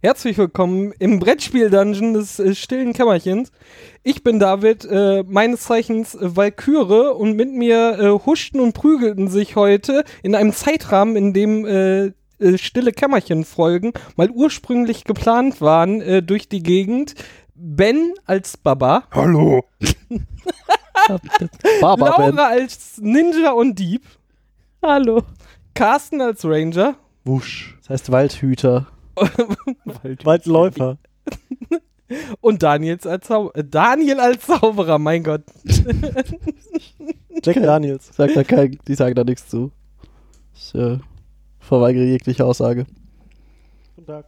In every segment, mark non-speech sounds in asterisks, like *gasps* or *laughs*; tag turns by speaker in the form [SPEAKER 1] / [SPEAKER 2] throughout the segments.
[SPEAKER 1] Herzlich willkommen im Brettspiel-Dungeon des äh, stillen Kämmerchens. Ich bin David, äh, meines Zeichens äh, Valkyre, und mit mir äh, huschten und prügelten sich heute in einem Zeitrahmen, in dem äh, äh, stille Kämmerchen-Folgen mal ursprünglich geplant waren, äh, durch die Gegend. Ben als Baba,
[SPEAKER 2] Hallo.
[SPEAKER 3] Baba Ben.
[SPEAKER 1] Laura als Ninja und Dieb,
[SPEAKER 3] Hallo.
[SPEAKER 1] Carsten als Ranger,
[SPEAKER 2] Wusch.
[SPEAKER 3] Das heißt Waldhüter. Waldläufer.
[SPEAKER 1] Und Daniels als Zau äh, Daniel als Zauberer, mein Gott.
[SPEAKER 3] Jack Daniels. Sagt da kein, die sagen da nichts zu. Ich äh, verweigere jegliche Aussage. Guten Tag.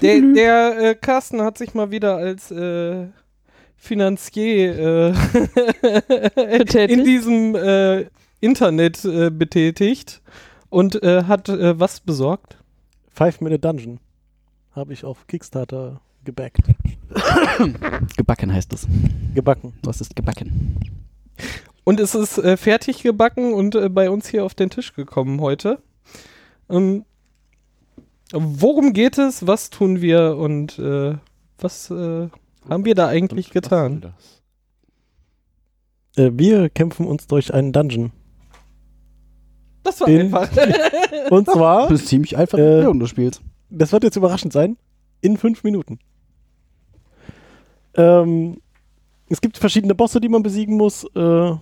[SPEAKER 1] Der, der äh, Carsten hat sich mal wieder als äh, *laughs* Finanzier äh, in
[SPEAKER 4] Betätigt.
[SPEAKER 1] diesem äh, Internet äh, betätigt und äh, hat äh, was besorgt.
[SPEAKER 5] Five Minute Dungeon habe ich auf Kickstarter gebackt,
[SPEAKER 3] Gebacken heißt es.
[SPEAKER 5] gebacken.
[SPEAKER 3] Was ist gebacken?
[SPEAKER 1] Und es ist äh, fertig gebacken und äh, bei uns hier auf den Tisch gekommen heute. Ähm, worum geht es? Was tun wir? Und äh, was äh, haben wir da eigentlich getan?
[SPEAKER 5] Äh, wir kämpfen uns durch einen Dungeon.
[SPEAKER 1] Das war
[SPEAKER 5] Den-
[SPEAKER 1] einfach.
[SPEAKER 5] Und
[SPEAKER 3] *laughs*
[SPEAKER 5] zwar,
[SPEAKER 3] Das ist ziemlich einfach,
[SPEAKER 5] Äh,
[SPEAKER 3] Erklärung du *laughs* spielst.
[SPEAKER 5] das wird jetzt überraschend sein, in fünf Minuten. Ähm, es gibt verschiedene Bosse, die man besiegen muss äh,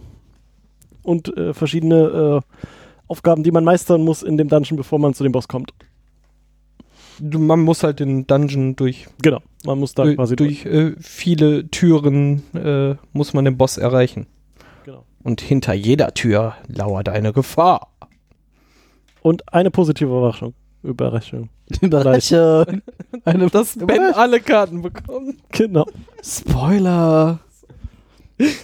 [SPEAKER 5] und äh, verschiedene äh, Aufgaben, die man meistern muss in dem Dungeon, bevor man zu dem Boss kommt.
[SPEAKER 1] Du, man muss halt den Dungeon durch,
[SPEAKER 5] Genau, man muss da
[SPEAKER 1] äh,
[SPEAKER 5] quasi durch.
[SPEAKER 1] durch äh, viele Türen äh, muss man den Boss erreichen.
[SPEAKER 5] Genau.
[SPEAKER 1] Und hinter jeder Tür lauert eine Gefahr.
[SPEAKER 5] Und eine positive Überraschung. Überraschung. *laughs*
[SPEAKER 3] Überraschung. Eine
[SPEAKER 1] Dass Ben alle Karten bekommt.
[SPEAKER 5] Genau.
[SPEAKER 3] Spoiler.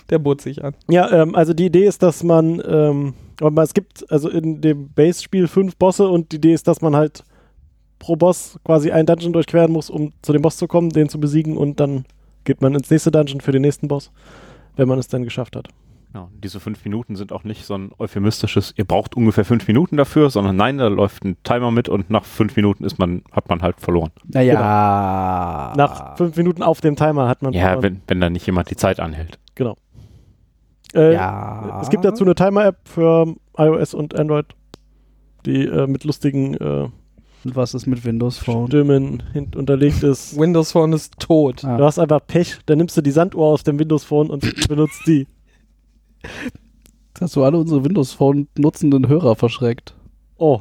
[SPEAKER 1] Der bot sich an.
[SPEAKER 5] Ja, ähm, also die Idee ist, dass man, ähm, aber man- es gibt also in dem Base-Spiel fünf Bosse und die Idee ist, dass man halt pro Boss quasi einen Dungeon durchqueren muss, um zu dem Boss zu kommen, den zu besiegen und dann geht man ins nächste Dungeon für den nächsten Boss, wenn man es dann geschafft hat.
[SPEAKER 6] Genau. Diese fünf Minuten sind auch nicht so ein euphemistisches, ihr braucht ungefähr fünf Minuten dafür, sondern nein, da läuft ein Timer mit und nach fünf Minuten ist man, hat man halt verloren.
[SPEAKER 3] Naja.
[SPEAKER 5] Nach fünf Minuten auf dem Timer hat man.
[SPEAKER 6] Ja,
[SPEAKER 5] man-
[SPEAKER 6] wenn, wenn da nicht jemand die Zeit anhält.
[SPEAKER 5] äh,
[SPEAKER 3] Ja.
[SPEAKER 5] Es gibt dazu eine Timer-App für iOS und Android, die äh, mit lustigen äh,
[SPEAKER 3] Und was ist mit Windows Phone?
[SPEAKER 5] Stimmen hin- unterlegt ist.
[SPEAKER 1] Windows Phone ist tot.
[SPEAKER 3] Ah.
[SPEAKER 5] Du hast einfach Pech, dann nimmst du die Sanduhr aus dem Windows Phone und benutzt die.
[SPEAKER 3] Hast du alle unsere Windows Phone nutzenden Hörer verschreckt?
[SPEAKER 5] Oh.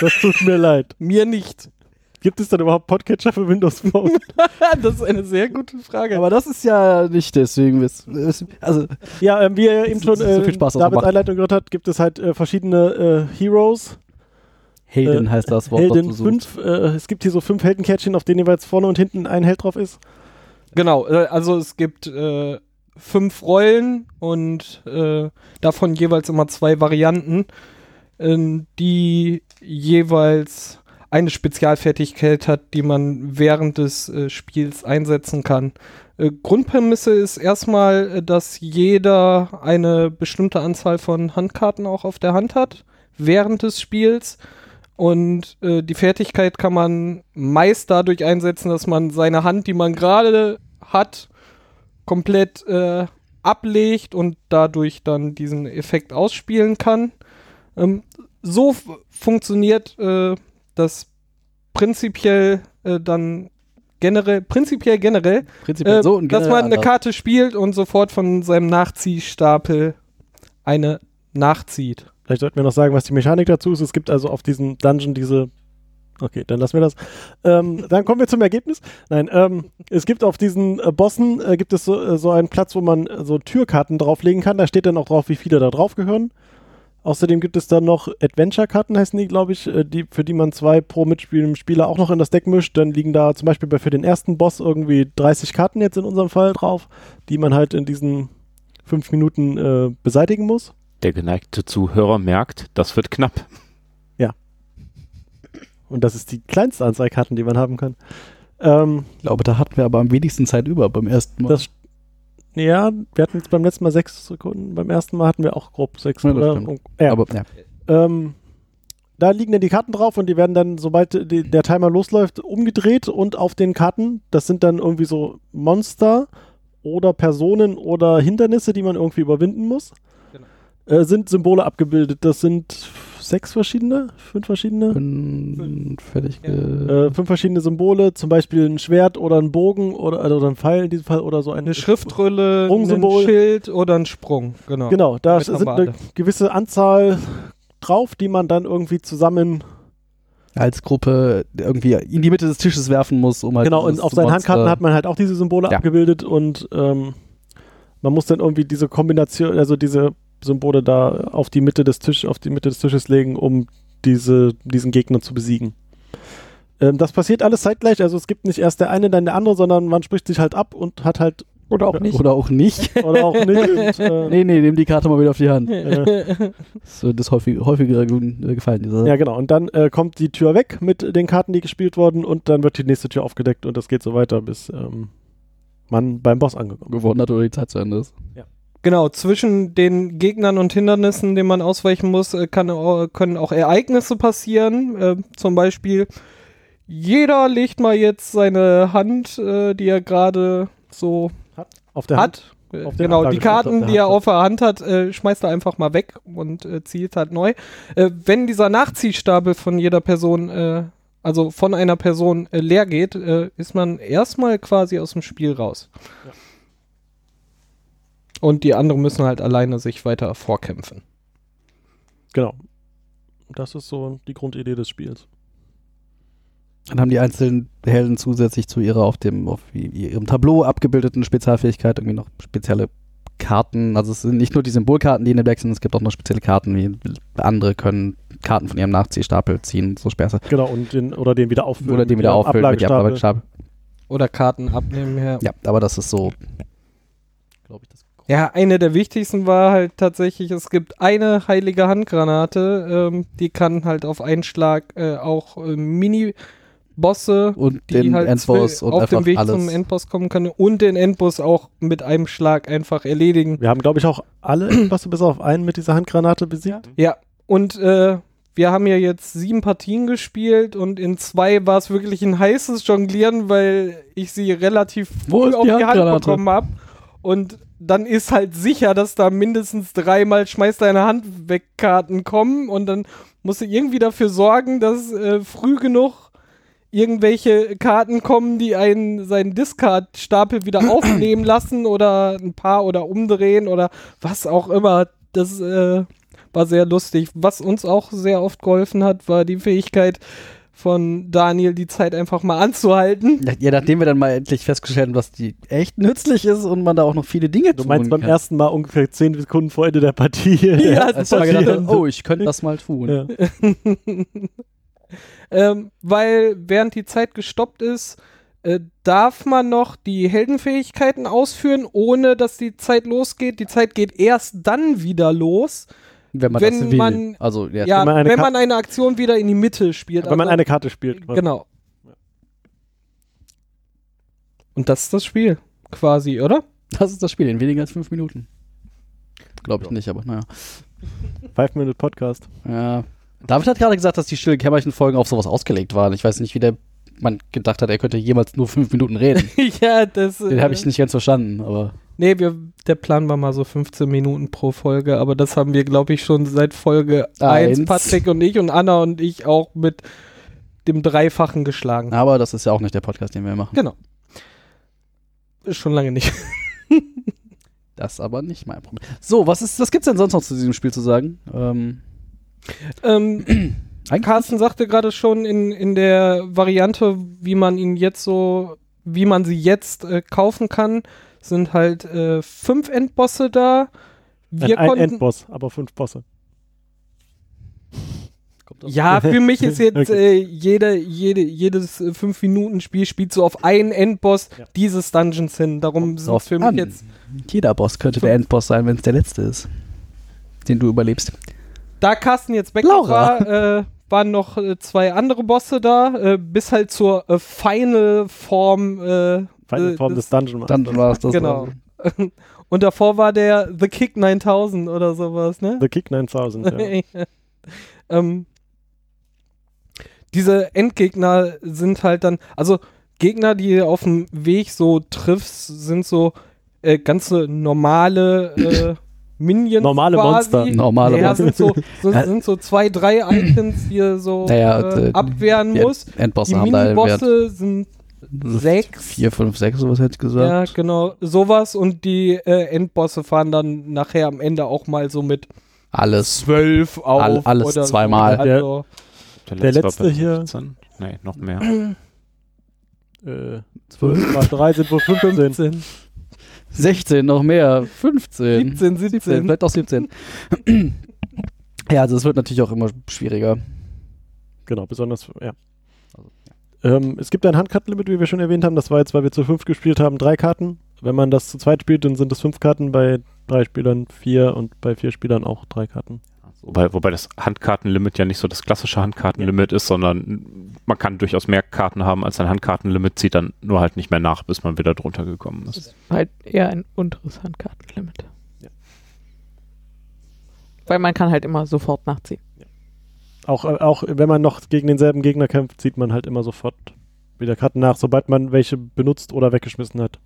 [SPEAKER 5] Das tut mir leid.
[SPEAKER 1] Mir nicht.
[SPEAKER 5] Gibt es dann überhaupt Podcatcher für Windows Phone?
[SPEAKER 1] *laughs* das ist eine sehr gute Frage.
[SPEAKER 3] Aber das ist ja nicht deswegen. wes- wes- Also,
[SPEAKER 5] *laughs* ja, ähm, wie ihr eben
[SPEAKER 3] Das
[SPEAKER 5] schon
[SPEAKER 3] ist so
[SPEAKER 5] äh,
[SPEAKER 3] viel Spaß, was man
[SPEAKER 5] Davids
[SPEAKER 3] macht.
[SPEAKER 5] Einleitung gehört hat, gibt es halt äh, verschiedene äh, Heroes.
[SPEAKER 3] Helden
[SPEAKER 5] Äh,
[SPEAKER 3] heißt das Wort,
[SPEAKER 5] Helden
[SPEAKER 3] was du suchst.
[SPEAKER 5] fünf. Äh, es gibt hier so fünf Heldenkärtchen, auf denen jeweils vorne und hinten ein Held drauf ist.
[SPEAKER 1] Genau, äh, also es gibt äh, fünf Rollen und äh, davon jeweils immer zwei Varianten, ähm, die jeweils eine Spezialfertigkeit hat, die man während des äh, Spiels einsetzen kann. Äh, Grundprämisse ist erstmal, äh, dass jeder eine bestimmte Anzahl von Handkarten auch auf der Hand hat während des Spiels. Und äh, die Fertigkeit kann man meist dadurch einsetzen, dass man seine Hand, die man gerade hat, komplett äh, ablegt und dadurch dann diesen Effekt ausspielen kann. Ähm, so f- funktioniert äh, das prinzipiell äh, dann generell, prinzipiell generell,
[SPEAKER 3] Prinzipiell
[SPEAKER 5] Ähm,
[SPEAKER 1] äh,
[SPEAKER 3] so und
[SPEAKER 1] dass
[SPEAKER 3] generell
[SPEAKER 1] man eine
[SPEAKER 3] anders.
[SPEAKER 1] Karte spielt und sofort von seinem Nachziehstapel eine nachzieht.
[SPEAKER 5] Vielleicht sollten wir noch sagen, was die Mechanik dazu ist. Es gibt also auf diesem Dungeon diese. Okay, dann lassen wir das. Ähm, dann kommen wir zum Ergebnis. Nein, ähm, es gibt auf diesen äh, Bossen äh, gibt es so, äh, so einen Platz, wo man äh, so Türkarten drauflegen kann. Da steht dann auch drauf, wie viele da drauf gehören. Außerdem gibt es dann noch Adventure-Karten, heißen die, glaube ich, äh, die, für die man zwei pro mitspielendem Spieler auch noch in das Deck mischt. Dann liegen da zum Beispiel bei, für den ersten Boss irgendwie 30 Karten jetzt in unserem Fall drauf, die man halt in diesen fünf Minuten äh, beseitigen muss.
[SPEAKER 6] Der geneigte Zuhörer merkt, das wird knapp.
[SPEAKER 5] Und das ist die kleinste Anzahl Karten, die man haben kann. Ähm,
[SPEAKER 3] Ich glaube, da hatten wir aber am wenigsten Zeit über beim ersten Mal.
[SPEAKER 5] Das ja, wir hatten jetzt beim letzten Mal sechs Sekunden. Beim ersten Mal hatten wir auch grob sechs.
[SPEAKER 3] Ja, das
[SPEAKER 5] oder?
[SPEAKER 3] stimmt.
[SPEAKER 5] Ja,
[SPEAKER 3] aber ja.
[SPEAKER 5] ähm, Da liegen dann die Karten drauf und die werden dann, sobald die, der Timer losläuft, umgedreht und auf den Karten, das sind dann irgendwie so Monster oder Personen oder Hindernisse, die man irgendwie überwinden muss,
[SPEAKER 1] Genau.
[SPEAKER 5] äh, sind Symbole abgebildet. Das sind f- sechs verschiedene, fünf verschiedene?
[SPEAKER 3] Bin fertig.
[SPEAKER 1] Ja.
[SPEAKER 3] Ge
[SPEAKER 5] äh, fünf verschiedene Symbole, zum Beispiel ein Schwert oder ein Bogen oder, also oder ein Pfeil in diesem Fall oder so eine
[SPEAKER 1] Eine Schriftrolle,
[SPEAKER 5] Sprungsymbol.
[SPEAKER 1] ein Schild oder ein Sprung. Genau.
[SPEAKER 5] Genau, da
[SPEAKER 1] Damit
[SPEAKER 5] sind
[SPEAKER 1] haben wir
[SPEAKER 5] eine
[SPEAKER 1] alle.
[SPEAKER 5] gewisse Anzahl drauf, die man dann irgendwie zusammen
[SPEAKER 3] als Gruppe irgendwie in die Mitte des Tisches werfen muss, um halt
[SPEAKER 5] genau und
[SPEAKER 3] dieses
[SPEAKER 5] auf seinen
[SPEAKER 3] Monster-
[SPEAKER 5] Handkarten hat man halt auch diese Symbole
[SPEAKER 3] Ja.
[SPEAKER 5] abgebildet und ähm, man muss dann irgendwie diese Kombination, also diese Symbole da auf die Mitte des Tisches, auf die Mitte des Tisches legen, um diese, diesen Gegner zu besiegen. Ähm, das passiert alles zeitgleich, also es gibt nicht erst der eine, dann der andere, sondern man spricht sich halt ab und hat halt
[SPEAKER 3] Oder auch nicht. Oder auch
[SPEAKER 5] *laughs*
[SPEAKER 3] nicht.
[SPEAKER 5] oder
[SPEAKER 3] *laughs*
[SPEAKER 5] auch nicht. Und, äh,
[SPEAKER 3] nee, nee, nimm die Karte mal wieder auf die Hand.
[SPEAKER 5] äh,
[SPEAKER 3] Das wird das häufig, häufiger guten, äh, gefallen. Dieser.
[SPEAKER 5] Ja, genau. Und dann äh, kommt die Tür weg mit den Karten, die gespielt wurden, und dann wird die nächste Tür aufgedeckt und das geht so weiter, bis ähm, man beim Boss angekommen
[SPEAKER 3] Gewonnen hat oder die Zeit zu Ende ist.
[SPEAKER 1] *laughs* Genau, zwischen den Gegnern und Hindernissen, denen man ausweichen muss, äh, kann, au- können auch Ereignisse passieren. Äh, zum Beispiel, jeder legt mal jetzt seine Hand, äh, die er gerade so
[SPEAKER 5] ist. Auf der Hand.
[SPEAKER 1] hat. Äh,
[SPEAKER 5] auf der
[SPEAKER 1] Genau,
[SPEAKER 5] Hand
[SPEAKER 1] die
[SPEAKER 5] dargestellt, auf
[SPEAKER 1] Karten,
[SPEAKER 5] der
[SPEAKER 1] die er
[SPEAKER 5] Hand.
[SPEAKER 1] auf der Hand hat, äh, schmeißt er einfach mal weg und äh, zielt halt neu. Äh, wenn dieser Nachziehstapel von jeder Person, äh, also von einer Person äh, leer geht, äh, ist man erstmal quasi aus dem Spiel raus. Und die anderen müssen halt alleine sich weiter vorkämpfen.
[SPEAKER 5] Genau. Das ist so die Grundidee des Spiels.
[SPEAKER 3] Dann haben die einzelnen Helden zusätzlich zu ihrer auf dem auf i- ihrem Tableau abgebildeten Spezialfähigkeit irgendwie noch spezielle Karten. Also es sind nicht nur die Symbolkarten, die in dem Deck sind, es gibt auch noch spezielle Karten, wie andere können Karten von ihrem Nachziehstapel ziehen, so Späße.
[SPEAKER 5] Genau, und den, oder den wieder auffüllen.
[SPEAKER 3] Oder den wieder auffüllen mit dem
[SPEAKER 5] Ablagestapel.
[SPEAKER 3] Ablagestapel.
[SPEAKER 1] Oder Karten abnehmen her.
[SPEAKER 3] Ja, aber das ist so, glaube ich, das
[SPEAKER 1] Ja, eine der wichtigsten war halt tatsächlich, es gibt eine heilige Handgranate, ähm, die kann halt auf einen Schlag äh, auch äh, Mini-Bosse
[SPEAKER 3] und
[SPEAKER 1] die
[SPEAKER 3] den
[SPEAKER 1] halt
[SPEAKER 3] Endboss
[SPEAKER 1] für-
[SPEAKER 3] und
[SPEAKER 1] auf
[SPEAKER 3] einfach
[SPEAKER 1] dem Weg
[SPEAKER 3] alles.
[SPEAKER 1] zum Endboss kommen kann und den Endboss auch mit einem Schlag einfach erledigen.
[SPEAKER 5] Wir haben, glaube ich, auch alle, *clears throat* was du bis auf einen mit dieser Handgranate besiegt.
[SPEAKER 1] Ja, und äh, wir haben ja jetzt sieben Partien gespielt und in zwei war es wirklich ein heißes Jonglieren, weil ich sie relativ
[SPEAKER 3] Wo
[SPEAKER 1] früh
[SPEAKER 3] ist
[SPEAKER 1] auf
[SPEAKER 3] die
[SPEAKER 1] die Hand
[SPEAKER 3] Handgranate?
[SPEAKER 1] bekommen habe. Und dann ist halt sicher, dass da mindestens dreimal schmeißt deine Hand weg Karten kommen und dann musst du irgendwie dafür sorgen, dass äh, früh genug irgendwelche Karten kommen, die einen seinen Discard-Stapel wieder aufnehmen lassen oder ein paar oder umdrehen oder was auch immer. Das äh, war sehr lustig. Was uns auch sehr oft geholfen hat, war die Fähigkeit von Daniel, die Zeit einfach mal anzuhalten.
[SPEAKER 3] Ja, ja, nachdem wir dann mal endlich festgestellt haben, dass die echt nützlich ist und man da auch noch viele Dinge
[SPEAKER 5] Du meinst
[SPEAKER 3] tun
[SPEAKER 5] beim
[SPEAKER 3] kann.
[SPEAKER 5] ersten Mal ungefähr zehn Sekunden vor Ende der Partie.
[SPEAKER 1] Ja,
[SPEAKER 3] Als wir gedacht haben,
[SPEAKER 1] passiert.
[SPEAKER 3] oh, ich könnte das mal tun.
[SPEAKER 5] Ja.
[SPEAKER 1] Ähm, weil während die Zeit gestoppt ist, äh, darf man noch die Heldenfähigkeiten ausführen, ohne dass die Zeit losgeht. Die Zeit geht erst dann wieder los,
[SPEAKER 3] Wenn man
[SPEAKER 1] Wenn
[SPEAKER 3] das will.
[SPEAKER 1] man-
[SPEAKER 3] also, ja.
[SPEAKER 1] ja,
[SPEAKER 5] man eine
[SPEAKER 1] wenn
[SPEAKER 5] Ka-
[SPEAKER 1] man eine Aktion wieder in die Mitte spielt.
[SPEAKER 5] Wenn man
[SPEAKER 1] Also-
[SPEAKER 5] eine Karte spielt.
[SPEAKER 1] Genau. Und das ist das Spiel, quasi, oder?
[SPEAKER 3] *laughs* Das ist das Spiel in weniger als fünf Minuten. Glaube ich nicht, aber naja.
[SPEAKER 5] Five-Minute-Podcast.
[SPEAKER 3] Ja. David hat gerade gesagt, dass die stillen Kämmerchen-Folgen auf sowas ausgelegt waren. Ich weiß nicht, wie der man gedacht hat, er könnte jemals nur fünf
[SPEAKER 1] *laughs*
[SPEAKER 3] Minuten reden.
[SPEAKER 1] ja, das.
[SPEAKER 3] Den habe ich nicht ganz verstanden, aber
[SPEAKER 1] Nee, wir, der Plan war mal so 15 Minuten pro Folge, aber das haben wir, glaube ich, schon seit Folge
[SPEAKER 3] Eins.
[SPEAKER 1] 1, Patrick und ich und Anna und ich auch mit dem Dreifachen geschlagen.
[SPEAKER 3] aber das ist ja auch nicht der Podcast, den wir machen.
[SPEAKER 1] Genau. Ist Schon lange nicht.
[SPEAKER 3] Das ist aber nicht mein Problem. So, was ist, was gibt's denn sonst noch zu diesem Spiel zu sagen? Ähm,
[SPEAKER 1] ähm,
[SPEAKER 3] eigentlich-
[SPEAKER 1] Carsten sagte gerade schon in, in der Variante, wie man ihn jetzt so, wie man sie jetzt äh, kaufen kann, sind halt äh, fünf Endbosse da.
[SPEAKER 5] Ein,
[SPEAKER 1] Wir
[SPEAKER 5] ein
[SPEAKER 1] konnten,
[SPEAKER 5] Endboss, aber fünf Bosse.
[SPEAKER 1] Ja, für mich ist jetzt
[SPEAKER 5] Okay.
[SPEAKER 1] äh, jede, jede, jedes äh, 5-Minuten-Spiel spielt so auf einen Endboss
[SPEAKER 5] Ja.
[SPEAKER 1] dieses Dungeons hin. Darum
[SPEAKER 3] Kommt
[SPEAKER 1] sind
[SPEAKER 3] drauf
[SPEAKER 1] es für mich
[SPEAKER 3] an.
[SPEAKER 1] jetzt.
[SPEAKER 3] Jeder Boss könnte der Endboss sein, wenn es der letzte ist, den du überlebst.
[SPEAKER 1] Da Carsten jetzt weg
[SPEAKER 3] Laura.
[SPEAKER 1] war, äh, waren noch äh, zwei andere Bosse da, äh, bis halt zur äh, Final Form. Äh,
[SPEAKER 5] Final
[SPEAKER 1] äh,
[SPEAKER 5] Form des Dungeon
[SPEAKER 3] Dann war es das.
[SPEAKER 1] Genau. Und davor war der The Kick 9000 oder sowas, ne?
[SPEAKER 5] The Kick 9000. Ja.
[SPEAKER 1] *laughs* ähm, diese Endgegner sind halt dann, also Gegner, die du auf dem Weg so triffst, sind so äh, ganze normale äh, Minions.
[SPEAKER 5] Normale Monster.
[SPEAKER 3] Normale
[SPEAKER 1] ja,
[SPEAKER 3] Monster.
[SPEAKER 1] sind so, so,
[SPEAKER 3] Ja.
[SPEAKER 1] sind so zwei, drei Icons, die du so
[SPEAKER 3] Naja,
[SPEAKER 1] äh,
[SPEAKER 3] äh,
[SPEAKER 1] abwehren
[SPEAKER 3] Die
[SPEAKER 1] musst.
[SPEAKER 3] End Endbosse
[SPEAKER 1] Die
[SPEAKER 3] haben da Wert
[SPEAKER 1] Minibosse sind sechs.
[SPEAKER 3] 4, 5, 6, sowas hätte ich
[SPEAKER 1] Ja,
[SPEAKER 3] gesagt.
[SPEAKER 1] genau, sowas und die äh, Endbosse fahren dann nachher am Ende auch mal so mit
[SPEAKER 3] Alles.
[SPEAKER 1] zwölf auf.
[SPEAKER 3] All- alles
[SPEAKER 1] oder
[SPEAKER 3] zweimal.
[SPEAKER 1] So. Also,
[SPEAKER 5] Der letzte
[SPEAKER 6] war bei
[SPEAKER 5] hier-
[SPEAKER 6] 16. Nee, noch mehr.
[SPEAKER 5] Äh, 12 mal 3 sind wohl 15.
[SPEAKER 1] 15,
[SPEAKER 3] 16, noch mehr. 15.
[SPEAKER 1] 17, 17.
[SPEAKER 3] vielleicht auch 17. ja, also es wird natürlich auch immer schwieriger.
[SPEAKER 5] Genau, besonders, ja.
[SPEAKER 3] Also,
[SPEAKER 5] Ähm, es gibt ein Handkartenlimit, wie wir schon erwähnt haben. Das war jetzt, weil wir zu fünf gespielt haben, drei Karten. Wenn man das zu zweit spielt, dann sind es fünf Karten, bei drei Spielern vier und bei vier Spielern auch drei Karten.
[SPEAKER 6] Wobei, wobei das Handkartenlimit ja nicht so das klassische Handkartenlimit ist, sondern man kann durchaus mehr Karten haben als ein Handkartenlimit, zieht dann nur halt nicht mehr nach, bis man wieder drunter gekommen ist.
[SPEAKER 2] halt eher ein unteres Handkartenlimit. Weil man kann halt immer sofort nachziehen.
[SPEAKER 5] Auch, äh, auch wenn man noch gegen denselben Gegner kämpft, zieht man halt immer sofort wieder Karten nach, sobald man welche benutzt oder weggeschmissen hat.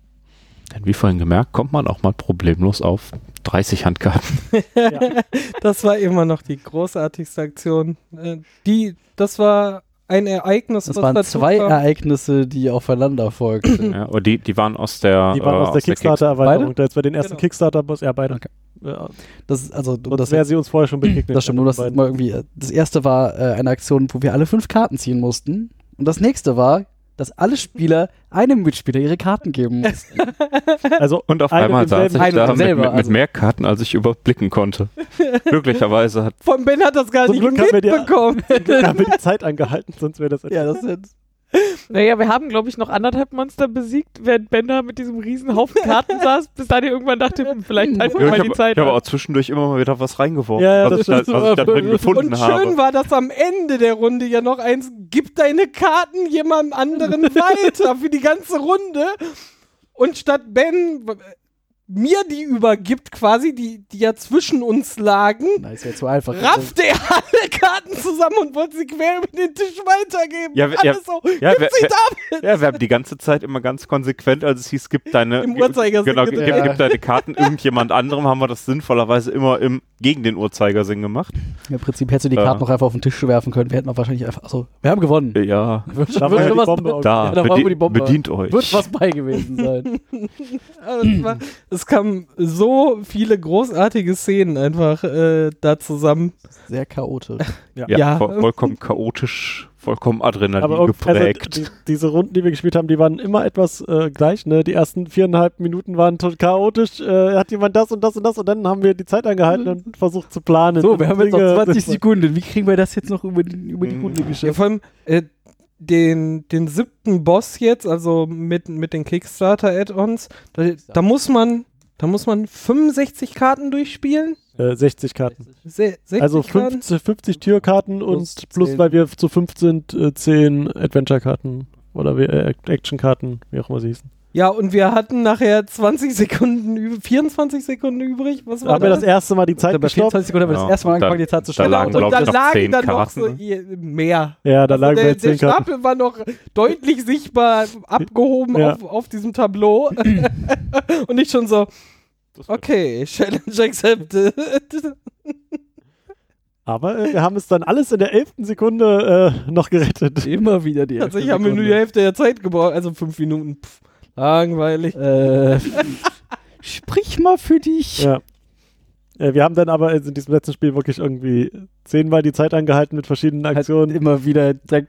[SPEAKER 6] Denn wie vorhin gemerkt, kommt man auch mal problemlos auf 30 Handkarten.
[SPEAKER 1] *laughs* Das war immer noch die großartigste Aktion. Äh, Die, das war ein Ereignis,
[SPEAKER 3] Das
[SPEAKER 1] was
[SPEAKER 3] waren
[SPEAKER 1] dazu
[SPEAKER 3] zwei
[SPEAKER 1] kam.
[SPEAKER 3] Ereignisse, die aufeinander folgten.
[SPEAKER 6] *clears throat* ja, oder die, die waren aus der,
[SPEAKER 5] Die
[SPEAKER 6] äh,
[SPEAKER 5] waren Ah, aus der Kickstarter-Erweiterung. Als wir den ersten
[SPEAKER 1] Genau.
[SPEAKER 5] Kickstarter-Boss, ja, beide.
[SPEAKER 3] Okay.
[SPEAKER 5] Ja,
[SPEAKER 3] Das ist also, um
[SPEAKER 5] sonst
[SPEAKER 3] das,
[SPEAKER 5] wäre sie uns vorher schon begegnet.
[SPEAKER 3] das stimmt, um das
[SPEAKER 5] Beiden.
[SPEAKER 3] mal irgendwie. Das erste war äh, eine Aktion, wo wir alle fünf Karten ziehen mussten. Und das nächste war, dass alle Spieler einem Mitspieler ihre Karten geben mussten.
[SPEAKER 5] Also, *laughs*
[SPEAKER 6] Und auf
[SPEAKER 5] Ein und
[SPEAKER 6] einmal saß
[SPEAKER 5] denselben-
[SPEAKER 6] ich
[SPEAKER 3] ein und
[SPEAKER 6] da mit,
[SPEAKER 3] denselber,
[SPEAKER 6] mit, mit
[SPEAKER 3] also.
[SPEAKER 6] mehr Karten, als ich überblicken konnte. Glücklicherweise hat
[SPEAKER 1] Von Ben hat das gar
[SPEAKER 5] Zum
[SPEAKER 1] nicht
[SPEAKER 5] Glück haben wir die-
[SPEAKER 1] mitbekommen.
[SPEAKER 5] *laughs*
[SPEAKER 1] *laughs*
[SPEAKER 5] da haben wir die Zeit angehalten, sonst wäre das
[SPEAKER 3] ja, das sind.
[SPEAKER 2] Naja, wir haben, glaube ich, noch anderthalb Monster besiegt, während Bender mit diesem riesen Haufen
[SPEAKER 6] *laughs*
[SPEAKER 2] Karten saß, bis Daniel irgendwann dachte, hm, vielleicht halten wir
[SPEAKER 6] Ja,
[SPEAKER 2] mal
[SPEAKER 6] ich
[SPEAKER 2] die Zeit.
[SPEAKER 6] habe
[SPEAKER 2] an.
[SPEAKER 6] auch zwischendurch immer mal wieder was reingeworfen,
[SPEAKER 5] Ja, ja,
[SPEAKER 6] was, ich
[SPEAKER 5] das
[SPEAKER 6] da, was
[SPEAKER 5] stimmt.
[SPEAKER 6] ich da drin gefunden
[SPEAKER 1] Und schön
[SPEAKER 6] habe.
[SPEAKER 1] war das am Ende der Runde ja noch eins, gib deine Karten jemandem
[SPEAKER 6] *laughs*
[SPEAKER 1] anderen weiter für die ganze Runde. Und statt Ben äh, mir die übergibt, quasi, die, die ja zwischen uns lagen,
[SPEAKER 3] Nein, ist ja zu einfach.
[SPEAKER 1] raffte er alle Karten zusammen und wollte sie quer über den Tisch weitergeben.
[SPEAKER 6] Ja, wer- ja,
[SPEAKER 1] Alles so,
[SPEAKER 6] ja,
[SPEAKER 1] gib
[SPEAKER 6] wer-
[SPEAKER 1] sie
[SPEAKER 6] wer-
[SPEAKER 1] damit.
[SPEAKER 6] Ja, wir haben die ganze Zeit immer ganz konsequent, als es hieß, gib deine,
[SPEAKER 1] Im
[SPEAKER 6] gib-
[SPEAKER 1] Uhrzeigersinn
[SPEAKER 6] genau, gib,
[SPEAKER 1] gedacht.
[SPEAKER 6] gib deine Karten irgendjemand anderem, haben wir das sinnvollerweise immer im, gegen den Uhrzeigersinn gemacht.
[SPEAKER 3] Also, Im Prinzip hättest du die
[SPEAKER 6] Ja.
[SPEAKER 3] Karten noch einfach auf den Tisch werfen können. Wir hätten auch wahrscheinlich einfach. Achso, wir haben gewonnen.
[SPEAKER 6] Ja,
[SPEAKER 5] Da war ja die Bombe auch.
[SPEAKER 6] da,
[SPEAKER 3] Ja, da war
[SPEAKER 6] bedi
[SPEAKER 3] wo die Bombe.
[SPEAKER 6] bedient euch.
[SPEAKER 3] Wird was bei gewesen sein.
[SPEAKER 1] Also es, war, es kamen so viele großartige Szenen einfach äh, da zusammen.
[SPEAKER 3] Sehr chaotisch.
[SPEAKER 6] Ja,
[SPEAKER 1] Ja.
[SPEAKER 6] Voll, vollkommen chaotisch, vollkommen Adrenalin
[SPEAKER 5] Aber irgendwie-
[SPEAKER 6] geprägt.
[SPEAKER 5] Also, die, diese Runden, die wir gespielt haben, die waren immer etwas äh, gleich. Ne? Die ersten viereinhalb Minuten waren total chaotisch. Äh, hat jemand das und das und das und dann haben wir die Zeit
[SPEAKER 1] Mhm.
[SPEAKER 5] angehalten und versucht zu planen.
[SPEAKER 3] So, wir haben jetzt
[SPEAKER 5] Dinge-
[SPEAKER 3] noch 20 Sekunden. Wie kriegen wir das jetzt noch über, die- über die
[SPEAKER 6] Mhm.
[SPEAKER 3] Runde
[SPEAKER 1] Ja,
[SPEAKER 3] geschafft?
[SPEAKER 1] vor allem äh, den, den siebten Boss jetzt, also mit, mit den Kickstarter-Add-ons, da, da muss man da muss man 65 Karten durchspielen.
[SPEAKER 5] *laughs* Äh, 60 Karten.
[SPEAKER 1] Se 60
[SPEAKER 5] Also
[SPEAKER 1] Karten.
[SPEAKER 5] 50, 50 Türkarten und
[SPEAKER 3] Plus
[SPEAKER 5] plus,
[SPEAKER 3] 10.
[SPEAKER 5] weil wir zu fünf sind, äh, 10 Adventure-Karten oder wir- äh, Action-Karten, wie auch immer sie hießen.
[SPEAKER 1] Ja, und wir hatten nachher 20 Sekunden, üb- 24 Sekunden übrig. Was
[SPEAKER 5] Da
[SPEAKER 1] war
[SPEAKER 5] haben wir
[SPEAKER 1] das? Genau,
[SPEAKER 5] das erste Mal die Zeit
[SPEAKER 3] Bei
[SPEAKER 5] gestoppt.
[SPEAKER 3] 24 Sekunden haben wir das
[SPEAKER 6] Ja.
[SPEAKER 3] erste Mal
[SPEAKER 6] Da-
[SPEAKER 3] angefangen, die Zeit zu
[SPEAKER 6] da
[SPEAKER 3] stellen.
[SPEAKER 6] lagen,
[SPEAKER 1] und dann,
[SPEAKER 6] glaub ich,
[SPEAKER 1] da
[SPEAKER 6] noch
[SPEAKER 1] lagen
[SPEAKER 6] 10
[SPEAKER 1] dann noch
[SPEAKER 6] Karten,
[SPEAKER 1] so
[SPEAKER 6] ne?
[SPEAKER 1] je- mehr.
[SPEAKER 5] Ja, da lagen wir
[SPEAKER 1] Also der,
[SPEAKER 5] jetzt
[SPEAKER 1] der
[SPEAKER 5] 10 Karten.
[SPEAKER 1] Stapel war noch deutlich sichtbar abgehoben
[SPEAKER 5] Ja.
[SPEAKER 1] auf, auf diesem Tableau. *laughs* Und ich schon so, okay, Challenge accepted.
[SPEAKER 5] Aber äh, wir haben es dann alles in der elften Sekunde äh, noch gerettet.
[SPEAKER 3] Immer wieder die
[SPEAKER 1] Tatsächlich haben wir nur die Hälfte der Zeit gebraucht, also fünf Minuten. Pff, langweilig.
[SPEAKER 3] Äh, sprich mal für dich.
[SPEAKER 5] Ja. Äh, Wir haben dann aber in diesem letzten Spiel wirklich irgendwie zehnmal die Zeit angehalten mit verschiedenen
[SPEAKER 3] Halt
[SPEAKER 5] Aktionen
[SPEAKER 3] immer wieder der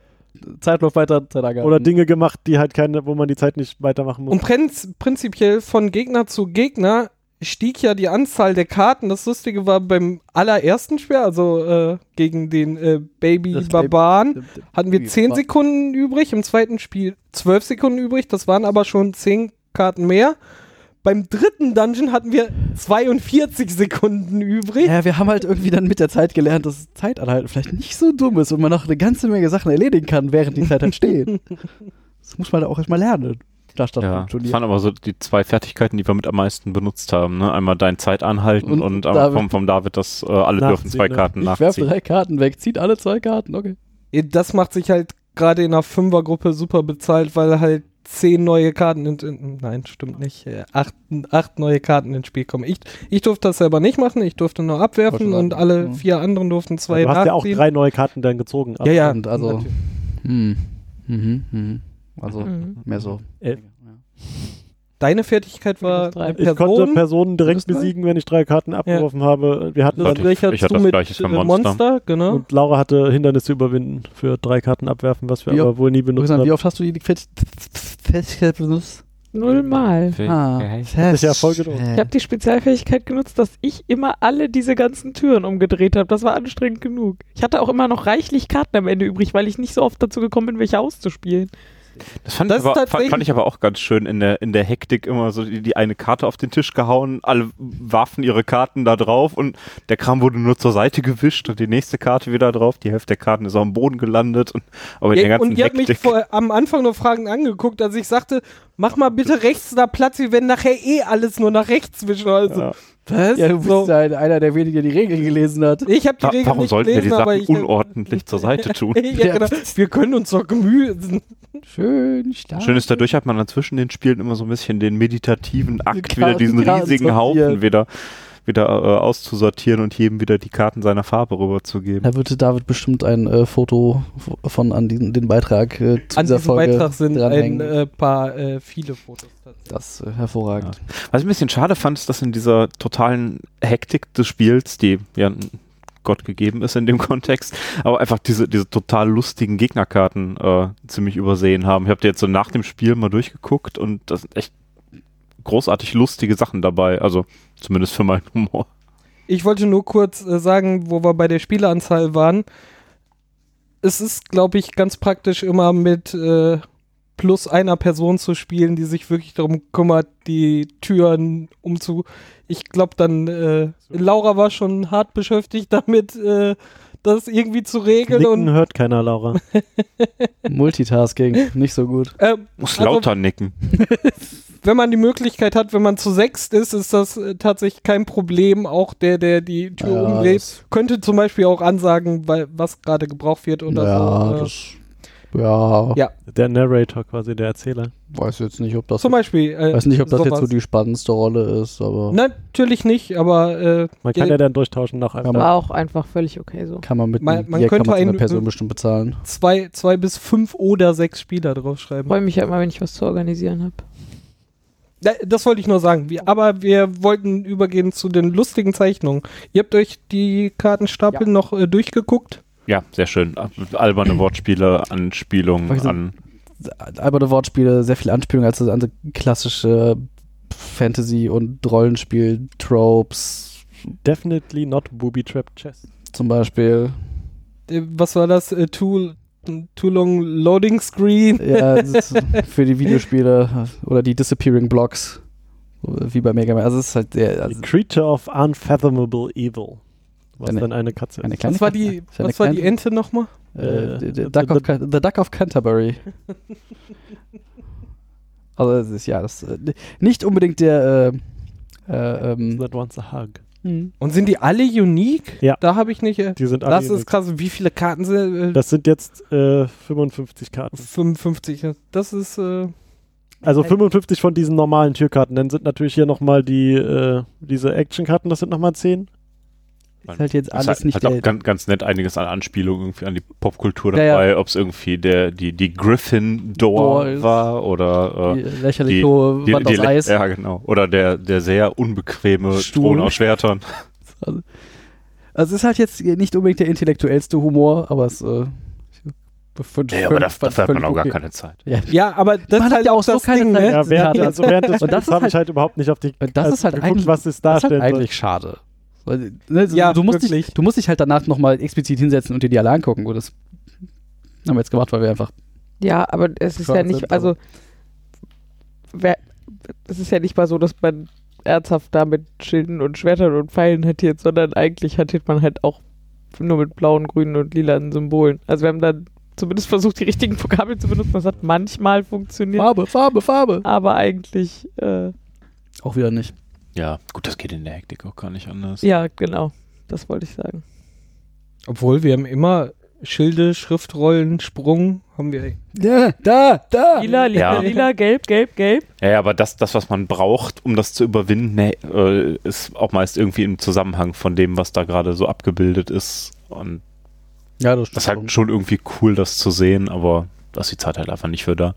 [SPEAKER 3] Zeitlauf weiter. Zeit angehalten.
[SPEAKER 5] oder Dinge gemacht, die halt keine, wo man die Zeit nicht weitermachen muss. Also
[SPEAKER 1] Und prinz, prinzipiell von Gegner zu Gegner stieg ja die Anzahl der Karten. Das Lustige war beim allerersten Spiel, also äh, gegen den äh,
[SPEAKER 3] Das
[SPEAKER 1] Baby-Barbaren, hatten wir
[SPEAKER 3] Wie
[SPEAKER 1] 10
[SPEAKER 3] war-
[SPEAKER 1] Sekunden übrig, im zweiten Spiel 12 Sekunden übrig, das waren aber schon 10 Karten mehr. Beim dritten Dungeon hatten wir 42 Sekunden übrig.
[SPEAKER 3] Ja, wir haben halt irgendwie dann mit der Zeit gelernt, dass Zeit anhalten vielleicht nicht so dumm ist und man noch eine ganze Menge Sachen erledigen kann, während die Zeit halt steht. das muss man da auch erstmal lernen. Da stand
[SPEAKER 6] Ja,
[SPEAKER 3] schon
[SPEAKER 6] das waren aber so die zwei Fertigkeiten, die wir mit am meisten benutzt haben. Ne? Einmal dein Zeit anhalten und,
[SPEAKER 3] Und
[SPEAKER 6] einmal
[SPEAKER 3] David-
[SPEAKER 6] vom, vom David, dass äh, alle dürfen
[SPEAKER 5] Nachziehen,
[SPEAKER 6] zwei
[SPEAKER 5] ne?
[SPEAKER 6] Karten
[SPEAKER 1] halt
[SPEAKER 3] Ich werfe
[SPEAKER 6] nachziehen.
[SPEAKER 3] drei Karten weg, zieht alle zwei Karten, okay.
[SPEAKER 1] das macht sich halt gerade in einer Fünfergruppe super bezahlt, weil halt zehn neue Karten in, in, nein, stimmt nicht, äh, acht, acht neue Karten ins Spiel kommen. Ich, ich durfte das selber nicht machen, ich durfte nur
[SPEAKER 3] Wollte
[SPEAKER 1] abwerfen
[SPEAKER 3] schon
[SPEAKER 1] und
[SPEAKER 3] sagen,
[SPEAKER 1] alle
[SPEAKER 3] mhm.
[SPEAKER 1] vier anderen durften zwei
[SPEAKER 5] du hast ja auch
[SPEAKER 1] nachziehen.
[SPEAKER 5] drei neue Karten dann gezogen.
[SPEAKER 1] Ja, ja,
[SPEAKER 3] Und also-
[SPEAKER 1] natürlich.
[SPEAKER 3] Hm. Mhm, mhm. Also
[SPEAKER 2] Mhm.
[SPEAKER 3] mehr so.
[SPEAKER 5] Elf.
[SPEAKER 1] Deine Fertigkeit war
[SPEAKER 2] Minus drei.
[SPEAKER 1] eine
[SPEAKER 5] Ich konnte
[SPEAKER 1] Person.
[SPEAKER 5] Personen direkt
[SPEAKER 1] Minus drei?
[SPEAKER 5] besiegen, wenn ich drei Karten abgeworfen habe. Wir hatten
[SPEAKER 6] Sollte
[SPEAKER 5] dann,
[SPEAKER 6] ich-
[SPEAKER 1] Richard,
[SPEAKER 6] ich hatte
[SPEAKER 1] du
[SPEAKER 6] das
[SPEAKER 1] mit
[SPEAKER 6] Gleiche für
[SPEAKER 1] äh,
[SPEAKER 6] Monster.
[SPEAKER 1] Monster, genau.
[SPEAKER 5] und Laura hatte Hindernisse überwinden für drei Karten abwerfen, was wir
[SPEAKER 3] Wie
[SPEAKER 5] aber wohl nie benutzt
[SPEAKER 3] Luisan,
[SPEAKER 5] haben.
[SPEAKER 3] wie oft hast du die Fest- Fähigkeit benutzt?
[SPEAKER 2] Nullmal.
[SPEAKER 3] Ah,
[SPEAKER 5] ist ja voll gedruckt.
[SPEAKER 2] Ich habe die Spezialfähigkeit genutzt, dass ich immer alle diese ganzen Türen umgedreht habe. Das war anstrengend genug. Ich hatte auch immer noch reichlich Karten am Ende übrig, weil ich nicht so oft dazu gekommen bin, welche auszuspielen.
[SPEAKER 6] Das, fand,
[SPEAKER 1] Das
[SPEAKER 6] ich aber, fand,
[SPEAKER 1] tatsächlich-
[SPEAKER 6] fand ich aber auch ganz schön in der, in der Hektik immer so die, die eine Karte auf den Tisch gehauen, alle warfen ihre Karten da drauf und der Kram wurde nur zur Seite gewischt und die nächste Karte wieder drauf, die Hälfte der Karten ist auf dem Boden gelandet und aber in der
[SPEAKER 1] Ja,
[SPEAKER 6] ganzen
[SPEAKER 1] und ihr habt mich
[SPEAKER 6] Hektik.
[SPEAKER 1] vor, am Anfang nur Fragen angeguckt, als ich sagte, mach mal bitte rechts da Platz, wir werden nachher eh alles nur nach rechts wischen. Also,
[SPEAKER 5] Ja.
[SPEAKER 1] was?
[SPEAKER 3] ja, du bist
[SPEAKER 1] so.
[SPEAKER 3] ein, einer der wenigen, der die Regeln gelesen hat.
[SPEAKER 1] Ich habe die
[SPEAKER 6] Wa-
[SPEAKER 1] Regeln
[SPEAKER 6] Warum
[SPEAKER 1] nicht
[SPEAKER 6] sollten
[SPEAKER 1] gelesen,
[SPEAKER 6] wir
[SPEAKER 1] aber
[SPEAKER 6] die
[SPEAKER 1] ich...
[SPEAKER 6] Sachen unordentlich zur
[SPEAKER 1] *laughs*
[SPEAKER 6] Seite tun?
[SPEAKER 1] ja, genau. Wir können uns doch gemühen.
[SPEAKER 3] Schön stark.
[SPEAKER 6] Ah. Schön ist, dadurch hat man dann zwischen den Spielen immer so ein bisschen den meditativen Akt,
[SPEAKER 3] Karten-
[SPEAKER 6] wieder diesen
[SPEAKER 3] Karten
[SPEAKER 6] riesigen
[SPEAKER 3] sortieren.
[SPEAKER 6] Haufen wieder, wieder äh, auszusortieren und jedem wieder die Karten seiner Farbe rüberzugeben.
[SPEAKER 3] Da würde David bestimmt ein äh, Foto f- von an diesen, den Beitrag äh, zu
[SPEAKER 1] An
[SPEAKER 3] dieser
[SPEAKER 1] diesem
[SPEAKER 3] Folge
[SPEAKER 1] Beitrag sind ein
[SPEAKER 3] dranhängen.
[SPEAKER 1] äh, paar äh, viele Fotos. tatsächlich.
[SPEAKER 3] das äh, hervorragend.
[SPEAKER 6] Was ich ein bisschen schade fand, ist, dass in dieser totalen Hektik des Spiels, die ja Gott gegeben ist in dem *laughs* Kontext, aber einfach diese, diese total lustigen Gegnerkarten äh, ziemlich übersehen haben. Ich habe die jetzt so nach dem Spiel mal durchgeguckt und das sind echt großartig lustige Sachen dabei. Also zumindest für meinen Humor.
[SPEAKER 1] Ich wollte nur kurz äh, sagen, wo wir bei der Spieleanzahl waren. Es ist, glaube ich, ganz praktisch immer mit äh, plus einer Person zu spielen, die sich wirklich darum kümmert, die Türen umzu. Ich glaube, dann äh, Laura war schon hart beschäftigt damit, äh, das irgendwie zu regeln
[SPEAKER 5] Nicken
[SPEAKER 1] und
[SPEAKER 5] hört keiner, Laura.
[SPEAKER 3] *laughs* Multitasking, nicht so gut.
[SPEAKER 1] äh,
[SPEAKER 6] Muss
[SPEAKER 1] Also-
[SPEAKER 6] lauter nicken.
[SPEAKER 1] wenn man die Möglichkeit hat, wenn man zu sechst ist, ist das äh, tatsächlich kein Problem. Auch der, der die Tür
[SPEAKER 3] Ja,
[SPEAKER 1] umdreht,
[SPEAKER 3] das-
[SPEAKER 1] könnte zum Beispiel auch ansagen, weil, was gerade gebraucht wird oder
[SPEAKER 3] ja,
[SPEAKER 1] so. Äh,
[SPEAKER 3] das, ja,
[SPEAKER 1] Ja.
[SPEAKER 5] Der Narrator quasi, der Erzähler.
[SPEAKER 3] weiß jetzt nicht, ob das,
[SPEAKER 1] zum Beispiel. Äh,
[SPEAKER 3] weiß nicht, ob das jetzt
[SPEAKER 1] sowas.
[SPEAKER 3] so die spannendste Rolle ist, aber
[SPEAKER 1] Natürlich nicht, aber äh,
[SPEAKER 5] Man kann ja, dann durchtauschen nach einem.
[SPEAKER 3] Ja.
[SPEAKER 2] War auch einfach völlig okay so.
[SPEAKER 3] kann man mit
[SPEAKER 1] Man-
[SPEAKER 3] einem-
[SPEAKER 1] man
[SPEAKER 3] hier kann
[SPEAKER 1] könnte
[SPEAKER 3] man so eine
[SPEAKER 1] einen- äh,
[SPEAKER 3] Person bestimmt bezahlen.
[SPEAKER 1] zwei, zwei bis fünf oder sechs Spieler
[SPEAKER 2] Ich
[SPEAKER 1] draufschreiben.
[SPEAKER 2] freue mich ja immer, wenn ich was zu organisieren habe.
[SPEAKER 1] Da- Das wollte ich nur sagen. Wir, aber wir wollten übergehen zu den lustigen Zeichnungen. Ihr habt euch die Kartenstapel noch äh, durchgeguckt.
[SPEAKER 6] Ja, sehr schön. Alberne Wortspiele, Anspielungen
[SPEAKER 3] Weiß ich-
[SPEAKER 6] an.
[SPEAKER 3] alberne Wortspiele, sehr viel Anspielung als an so klassische Fantasy- und Rollenspiel-Tropes
[SPEAKER 5] Definitely not booby trap chess.
[SPEAKER 3] zum Beispiel.
[SPEAKER 1] Äh, was war das? Äh, too, too long loading screen.
[SPEAKER 3] Ja, das ist für die Videospiele oder die Disappearing Blocks, wie bei Mega Man. Also es ist halt sehr,
[SPEAKER 5] The
[SPEAKER 3] also
[SPEAKER 5] Creature of Unfathomable Evil. Was
[SPEAKER 3] Eine-
[SPEAKER 5] dann eine Katze ist.
[SPEAKER 3] eine kleine
[SPEAKER 1] Was war die,
[SPEAKER 3] Ist ja eine
[SPEAKER 1] was war die
[SPEAKER 3] kleine-
[SPEAKER 1] Ente nochmal?
[SPEAKER 3] äh,
[SPEAKER 5] Äh,
[SPEAKER 3] the, Duck of, Can- the Duck of Canterbury. Also es ist ja das äh, nicht unbedingt der äh, äh, ähm, hm,
[SPEAKER 5] That wants a hug.
[SPEAKER 1] Und sind die alle unique?
[SPEAKER 5] Ja.
[SPEAKER 1] Da habe ich nicht. Äh,
[SPEAKER 5] Die sind alle
[SPEAKER 1] das ist
[SPEAKER 5] unique.
[SPEAKER 1] krass. Wie viele Karten sind? Äh,
[SPEAKER 5] das sind jetzt äh, 55 Karten.
[SPEAKER 1] 55. äh, Das ist. Äh,
[SPEAKER 5] Also 55 von diesen normalen Türkarten. Dann sind natürlich hier nochmal die, äh, diese Actionkarten, das sind nochmal 10.
[SPEAKER 3] ist halt jetzt alles
[SPEAKER 6] ist halt,
[SPEAKER 3] nicht
[SPEAKER 6] halt auch
[SPEAKER 3] der,
[SPEAKER 6] ganz, ganz nett einiges an Anspielungen irgendwie an die Popkultur
[SPEAKER 3] Ja,
[SPEAKER 6] dabei,
[SPEAKER 3] ja.
[SPEAKER 6] ob es irgendwie der, die, die Gryffindor
[SPEAKER 3] Doors.
[SPEAKER 6] war oder
[SPEAKER 3] die
[SPEAKER 6] äh,
[SPEAKER 3] lächerlich
[SPEAKER 6] die-
[SPEAKER 3] hohe Wand aus
[SPEAKER 6] Le-
[SPEAKER 3] Eis.
[SPEAKER 6] Ja, genau. Oder der, der sehr unbequeme
[SPEAKER 3] Stuhl.
[SPEAKER 6] Thron aus Schwertern.
[SPEAKER 3] Also es ist halt jetzt nicht unbedingt der intellektuellste Humor, aber es äh, fünf,
[SPEAKER 6] *laughs* Ja, aber dafür, dafür hat man auch gar keine Zeit.
[SPEAKER 3] Ja.
[SPEAKER 1] ja, aber das
[SPEAKER 3] Man
[SPEAKER 1] ist
[SPEAKER 3] hat
[SPEAKER 1] halt
[SPEAKER 3] ja auch
[SPEAKER 1] auch
[SPEAKER 3] so
[SPEAKER 1] das
[SPEAKER 3] keine
[SPEAKER 1] Ding,
[SPEAKER 3] Zeit.
[SPEAKER 1] ne?
[SPEAKER 5] Ja, während,
[SPEAKER 3] Karte.
[SPEAKER 5] also während des
[SPEAKER 3] Und das
[SPEAKER 5] Spiels
[SPEAKER 3] ist
[SPEAKER 5] habe ich
[SPEAKER 3] halt-
[SPEAKER 5] halt überhaupt nicht auf die
[SPEAKER 3] Und das
[SPEAKER 5] also
[SPEAKER 3] ist halt
[SPEAKER 5] geguckt,
[SPEAKER 3] eigentlich-
[SPEAKER 5] was es
[SPEAKER 3] Das ist halt
[SPEAKER 5] darstellen soll.
[SPEAKER 3] eigentlich schade. Weil, ne, so,
[SPEAKER 1] Ja,
[SPEAKER 3] du, musst dich,
[SPEAKER 1] wirklich.
[SPEAKER 3] du musst dich halt danach nochmal explizit hinsetzen und dir die alle angucken. Gut, das haben wir jetzt gemacht, weil wir einfach.
[SPEAKER 2] Ja, aber es ist
[SPEAKER 3] Schwarz
[SPEAKER 2] ja
[SPEAKER 3] sind,
[SPEAKER 2] nicht, also wer, es ist ja nicht mal so, dass man ernsthaft da mit Schilden und Schwertern und Pfeilen hattiert, sondern eigentlich hattiert man halt auch nur mit blauen, grünen und lilanen Symbolen. Also wir haben da zumindest versucht, die richtigen Vokabeln zu benutzen. Das hat manchmal funktioniert,
[SPEAKER 3] Farbe, Farbe, Farbe.
[SPEAKER 2] aber eigentlich, äh,
[SPEAKER 3] Auch wieder nicht.
[SPEAKER 6] Ja, gut, das geht in der Hektik auch gar nicht anders.
[SPEAKER 2] ja, genau. Das wollte ich sagen.
[SPEAKER 1] Obwohl wir haben immer Schilde, Schriftrollen, Sprung haben wir.
[SPEAKER 3] Ja, da, da.
[SPEAKER 2] Lila, lila,
[SPEAKER 6] Ja.
[SPEAKER 2] lila, gelb, gelb, gelb.
[SPEAKER 6] Ja, ja, aber das, das, was man braucht, um das zu überwinden, nee, äh, ist auch meist irgendwie im Zusammenhang von dem, was da gerade so abgebildet ist. Und
[SPEAKER 3] Ja, das
[SPEAKER 6] das ist halt schon irgendwie cool, das zu sehen, aber da ist die Zeit halt einfach nicht für da.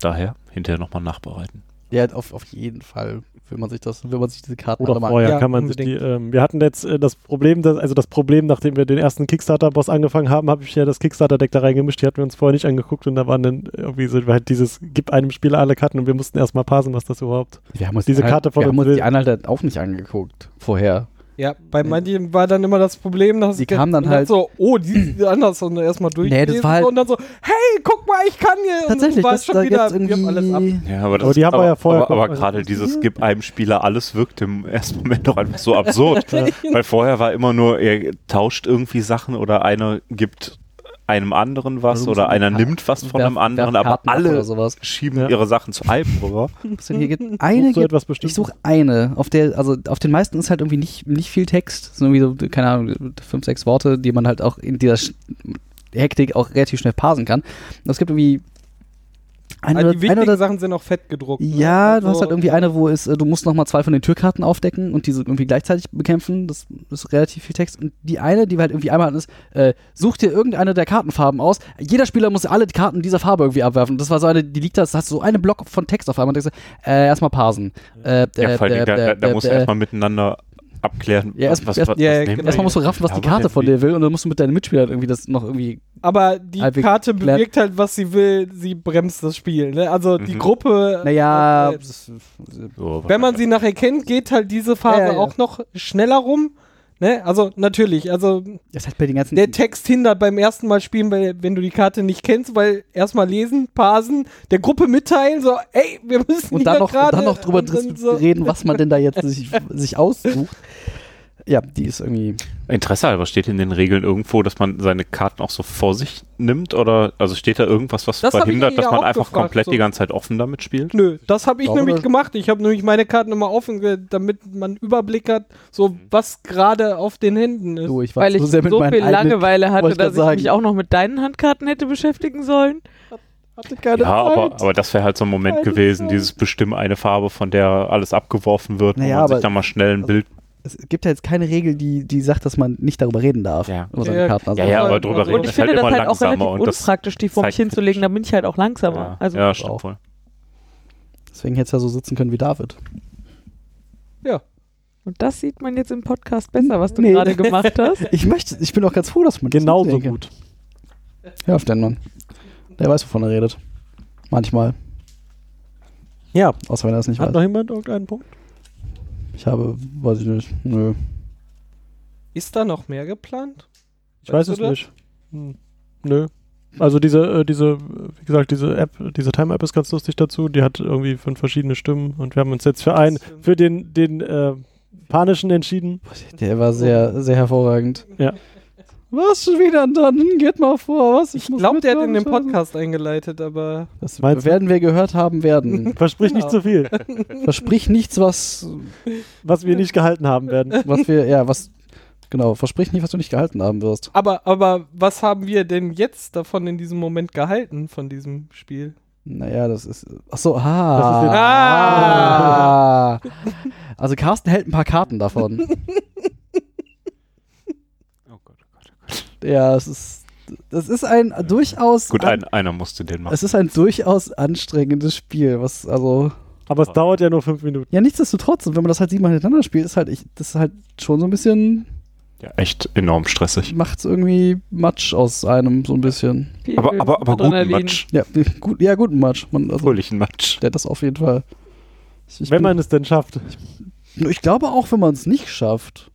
[SPEAKER 6] Daher hinterher nochmal nachbereiten.
[SPEAKER 3] Ja, auf, auf jeden Fall will man sich das, will man sich diese Karten
[SPEAKER 5] Oder
[SPEAKER 3] alle mal-
[SPEAKER 5] vorher
[SPEAKER 1] Ja,
[SPEAKER 5] kann man sich die.
[SPEAKER 1] unbedingt.
[SPEAKER 5] Ähm, wir hatten jetzt äh, das Problem, dass, also das Problem, nachdem wir den ersten Kickstarter-Boss angefangen haben, habe ich ja das Kickstarter-Deck da reingemischt. Die hatten wir uns vorher nicht angeguckt und da waren dann irgendwie so halt dieses, gib einem Spieler alle Karten und wir mussten erstmal parsen, was das überhaupt.
[SPEAKER 3] Wir haben uns
[SPEAKER 5] Diese
[SPEAKER 3] die Anhalt-
[SPEAKER 5] Karte von
[SPEAKER 3] wir haben
[SPEAKER 5] uns
[SPEAKER 3] uns die
[SPEAKER 5] will-
[SPEAKER 3] Anhalter auch nicht angeguckt vorher.
[SPEAKER 1] Ja, bei manchen war dann immer das Problem, dass
[SPEAKER 3] Die
[SPEAKER 1] es ge-
[SPEAKER 3] kamen dann
[SPEAKER 1] und hat
[SPEAKER 3] halt-
[SPEAKER 1] so, oh, die sind *clears throat* anders und erstmal durch.
[SPEAKER 3] das war halt-
[SPEAKER 1] und dann so, hey, guck mal, ich kann hier. und war schon wieder, wir haben alles ab.
[SPEAKER 6] Ja, aber, das
[SPEAKER 5] Aber die
[SPEAKER 6] ist-
[SPEAKER 5] haben wir ja vorher
[SPEAKER 6] Aber, aber
[SPEAKER 5] geguckt.
[SPEAKER 3] also
[SPEAKER 6] gerade dieses Gib einem Spieler alles wirkt im ersten Moment doch einfach so absurd.
[SPEAKER 3] *laughs*
[SPEAKER 6] Weil vorher war immer nur, er tauscht irgendwie Sachen oder einer gibt einem anderen was
[SPEAKER 3] Also,
[SPEAKER 6] oder
[SPEAKER 3] so
[SPEAKER 6] einer
[SPEAKER 3] Karten-
[SPEAKER 6] nimmt was von
[SPEAKER 3] werf-
[SPEAKER 6] einem anderen,
[SPEAKER 3] werf
[SPEAKER 6] aber
[SPEAKER 3] Karten ab
[SPEAKER 6] alle
[SPEAKER 3] oder sowas.
[SPEAKER 6] schieben
[SPEAKER 5] Ja.
[SPEAKER 6] ihre Sachen zu einem
[SPEAKER 3] *laughs*
[SPEAKER 6] rüber.
[SPEAKER 3] Was denn hier gibt? Eine
[SPEAKER 5] Suchst du
[SPEAKER 3] gibt,
[SPEAKER 5] etwas bestimmtes?
[SPEAKER 3] ich suche eine. Auf der, also auf den meisten ist halt irgendwie nicht, nicht viel Text. Sind irgendwie so, keine Ahnung, fünf, sechs Worte, die man halt auch in dieser Sch Hektik auch relativ schnell parsen kann. Und es gibt irgendwie eine,
[SPEAKER 1] Also die
[SPEAKER 3] oder- eine
[SPEAKER 1] wichtigen
[SPEAKER 3] oder
[SPEAKER 1] Sachen sind auch fett gedruckt. ne?
[SPEAKER 3] Ja, du hast
[SPEAKER 1] Also,
[SPEAKER 3] halt irgendwie eine, wo es, äh, du musst nochmal zwei von den Türkarten aufdecken und diese irgendwie gleichzeitig bekämpfen. Das ist relativ viel Text. Und die eine, die wir halt irgendwie einmal hatten, ist, äh, such dir irgendeine der Kartenfarben aus. Jeder Spieler muss alle Karten dieser Farbe irgendwie abwerfen. Das war so eine, die liegt da, das hast so einen Block von Text auf einmal und denkst, du, äh, erstmal parsen. Äh,
[SPEAKER 6] Ja,
[SPEAKER 3] äh,
[SPEAKER 6] vor allen Dingen, da, da, da
[SPEAKER 3] äh,
[SPEAKER 6] musst
[SPEAKER 3] äh,
[SPEAKER 6] du erstmal miteinander abklären,
[SPEAKER 3] Ja, erst- erst-
[SPEAKER 1] ja, ja,
[SPEAKER 6] nehmen wir
[SPEAKER 3] Erstmal musst du raffen, was die
[SPEAKER 6] Aber
[SPEAKER 3] Karte
[SPEAKER 6] denn
[SPEAKER 3] von
[SPEAKER 6] wie-
[SPEAKER 3] dir will und dann musst du mit deinen Mitspielern irgendwie das noch irgendwie.
[SPEAKER 1] Aber die
[SPEAKER 3] Halbwegs
[SPEAKER 1] Karte
[SPEAKER 3] glatt.
[SPEAKER 1] bewirkt halt, was sie will. Sie bremst das Spiel. Ne? Also die
[SPEAKER 6] Mhm.
[SPEAKER 1] Gruppe.
[SPEAKER 3] Naja,
[SPEAKER 1] äh,
[SPEAKER 3] das-
[SPEAKER 6] So,
[SPEAKER 1] wenn man sie nachher kennt, geht halt diese Phase
[SPEAKER 3] Ja, ja.
[SPEAKER 1] auch noch schneller rum. Ne? Also natürlich. Also
[SPEAKER 3] das hat bei den ganzen.
[SPEAKER 1] der Text hindert beim ersten Mal spielen, weil, wenn du die Karte nicht kennst, weil erstmal lesen, parsen, der Gruppe mitteilen, so, ey, wir müssen
[SPEAKER 3] und dann
[SPEAKER 1] hier
[SPEAKER 3] noch,
[SPEAKER 1] gerade
[SPEAKER 3] dann noch drüber
[SPEAKER 1] und dann
[SPEAKER 3] dris- reden, was man denn da jetzt sich, sich aussucht. Ja, die ist irgendwie.
[SPEAKER 6] Interesse halber steht in den Regeln irgendwo, dass man seine Karten auch so vor sich nimmt oder also steht da irgendwas, was
[SPEAKER 1] Das hab ich
[SPEAKER 6] verhindert,
[SPEAKER 1] ihn
[SPEAKER 6] dass
[SPEAKER 1] ja
[SPEAKER 6] man
[SPEAKER 1] auch
[SPEAKER 6] einfach
[SPEAKER 1] gefragt,
[SPEAKER 6] komplett
[SPEAKER 1] so.
[SPEAKER 6] die ganze Zeit offen damit spielt?
[SPEAKER 1] Nö, das habe ich
[SPEAKER 3] glaube,
[SPEAKER 1] nämlich
[SPEAKER 3] das-
[SPEAKER 1] gemacht. Ich habe nämlich meine Karten immer offen, ge- damit man Überblick hat, so
[SPEAKER 5] Mhm.
[SPEAKER 1] was gerade auf den Händen ist.
[SPEAKER 3] Du, ich war
[SPEAKER 2] Weil ich
[SPEAKER 3] so
[SPEAKER 2] so
[SPEAKER 3] sehr
[SPEAKER 2] viel
[SPEAKER 3] mit meinen eigenen,
[SPEAKER 2] Langeweile hatte,
[SPEAKER 3] wollte ich grad
[SPEAKER 2] dass ich mich
[SPEAKER 3] sagen.
[SPEAKER 2] auch noch mit deinen Handkarten hätte beschäftigen sollen.
[SPEAKER 1] Hatte keine
[SPEAKER 6] Ja, aber, aber das wäre halt so ein Moment
[SPEAKER 1] Keine
[SPEAKER 6] gewesen,
[SPEAKER 1] Zeit.
[SPEAKER 6] dieses bestimmen eine Farbe, von der alles abgeworfen wird,
[SPEAKER 3] Naja,
[SPEAKER 6] wo man
[SPEAKER 3] aber-
[SPEAKER 6] sich dann mal schnell ein
[SPEAKER 3] also-
[SPEAKER 6] Bild.
[SPEAKER 3] Es gibt ja jetzt keine Regel, die, die sagt, dass man nicht darüber reden darf.
[SPEAKER 6] Ja.
[SPEAKER 3] Über seine
[SPEAKER 1] Ja,
[SPEAKER 3] Karten. Also,
[SPEAKER 6] Ja, ja, aber
[SPEAKER 1] Und
[SPEAKER 6] drüber
[SPEAKER 1] ich
[SPEAKER 6] reden
[SPEAKER 2] Und ich
[SPEAKER 6] ist halt
[SPEAKER 2] finde
[SPEAKER 6] immer
[SPEAKER 2] das halt auch
[SPEAKER 6] langsamer
[SPEAKER 2] relativ
[SPEAKER 6] und das.
[SPEAKER 2] unpraktisch, die vorm
[SPEAKER 6] zeigt
[SPEAKER 2] Kinn zu legen, da bin ich halt auch langsamer.
[SPEAKER 6] Ja,
[SPEAKER 2] Also
[SPEAKER 6] ja, stimmt
[SPEAKER 3] Auch.
[SPEAKER 6] wohl.
[SPEAKER 3] Deswegen hätte es ja so sitzen können wie David.
[SPEAKER 2] Und das sieht man jetzt im Podcast besser, was du
[SPEAKER 3] Nee.
[SPEAKER 2] gerade gemacht *laughs* hast.
[SPEAKER 3] Ich möchte, ich bin auch ganz froh, dass man das
[SPEAKER 5] Genauso
[SPEAKER 3] mitdenke.
[SPEAKER 5] gut.
[SPEAKER 3] Hör auf den Mann. Der weiß, wovon er redet. Manchmal.
[SPEAKER 5] Ja.
[SPEAKER 3] Außer wenn er es nicht
[SPEAKER 5] Hat
[SPEAKER 3] weiß.
[SPEAKER 5] noch jemand irgendeinen Punkt?
[SPEAKER 3] Ich habe, weiß ich nicht. Nö.
[SPEAKER 1] Ist da noch mehr geplant?
[SPEAKER 5] Ich weiß
[SPEAKER 1] Weißt
[SPEAKER 5] es
[SPEAKER 1] du das?
[SPEAKER 5] nicht. Hm. Nö. Also diese, äh, diese, äh, wie gesagt, diese App, diese Time-App ist ganz lustig dazu. Die hat irgendwie fünf verschiedene Stimmen und wir haben uns jetzt für einen,
[SPEAKER 1] stimmt.
[SPEAKER 5] für den, den äh, panischen entschieden.
[SPEAKER 3] Der war sehr, sehr hervorragend.
[SPEAKER 5] Ja.
[SPEAKER 3] Was schon wieder ein Dannen? Geht mal vor. Was?
[SPEAKER 1] Ich glaube, der hat in den Podcast eingeleitet, aber
[SPEAKER 3] Das
[SPEAKER 5] Meinst du?
[SPEAKER 3] werden wir gehört
[SPEAKER 1] *laughs*
[SPEAKER 3] haben werden.
[SPEAKER 5] Versprich
[SPEAKER 1] Genau.
[SPEAKER 5] nicht zu viel,
[SPEAKER 3] Versprich nichts, was,
[SPEAKER 5] was wir nicht gehalten haben werden.
[SPEAKER 3] was wir, ja, was, genau, versprich nicht, was du nicht gehalten haben wirst.
[SPEAKER 1] aber aber was haben wir denn jetzt davon in diesem Moment gehalten von diesem Spiel?
[SPEAKER 3] Naja, das ist, ach so, ah.
[SPEAKER 5] Das ist jetzt-
[SPEAKER 3] ah. Also Carsten hält ein paar Karten davon.
[SPEAKER 1] *laughs*
[SPEAKER 6] Oh Gott, oh Gott.
[SPEAKER 3] ja, es ist, das ist ein durchaus,
[SPEAKER 6] Gut, ein,
[SPEAKER 3] an,
[SPEAKER 6] einer musste den machen.
[SPEAKER 3] es ist ein durchaus anstrengendes Spiel, was, also,
[SPEAKER 5] Aber es dauert ja nur fünf Minuten.
[SPEAKER 3] ja, nichtsdestotrotz, und wenn man das halt siebenmal hintereinander spielt, ist halt, ich, das ist halt schon so ein bisschen,
[SPEAKER 6] Ja, echt enorm stressig.
[SPEAKER 3] macht's irgendwie Matsch aus einem, so ein bisschen.
[SPEAKER 2] Viel
[SPEAKER 6] Aber, aber, aber guten
[SPEAKER 2] Adrenalin.
[SPEAKER 6] Matsch.
[SPEAKER 3] Ja, *laughs* gut, ja, guten Matsch. Man, also,
[SPEAKER 6] Fröhlichen Matsch.
[SPEAKER 3] der das auf jeden Fall. Ich, ich
[SPEAKER 5] Wenn
[SPEAKER 3] bin-
[SPEAKER 5] man es denn schafft.
[SPEAKER 3] Ich glaube auch, wenn man es nicht schafft.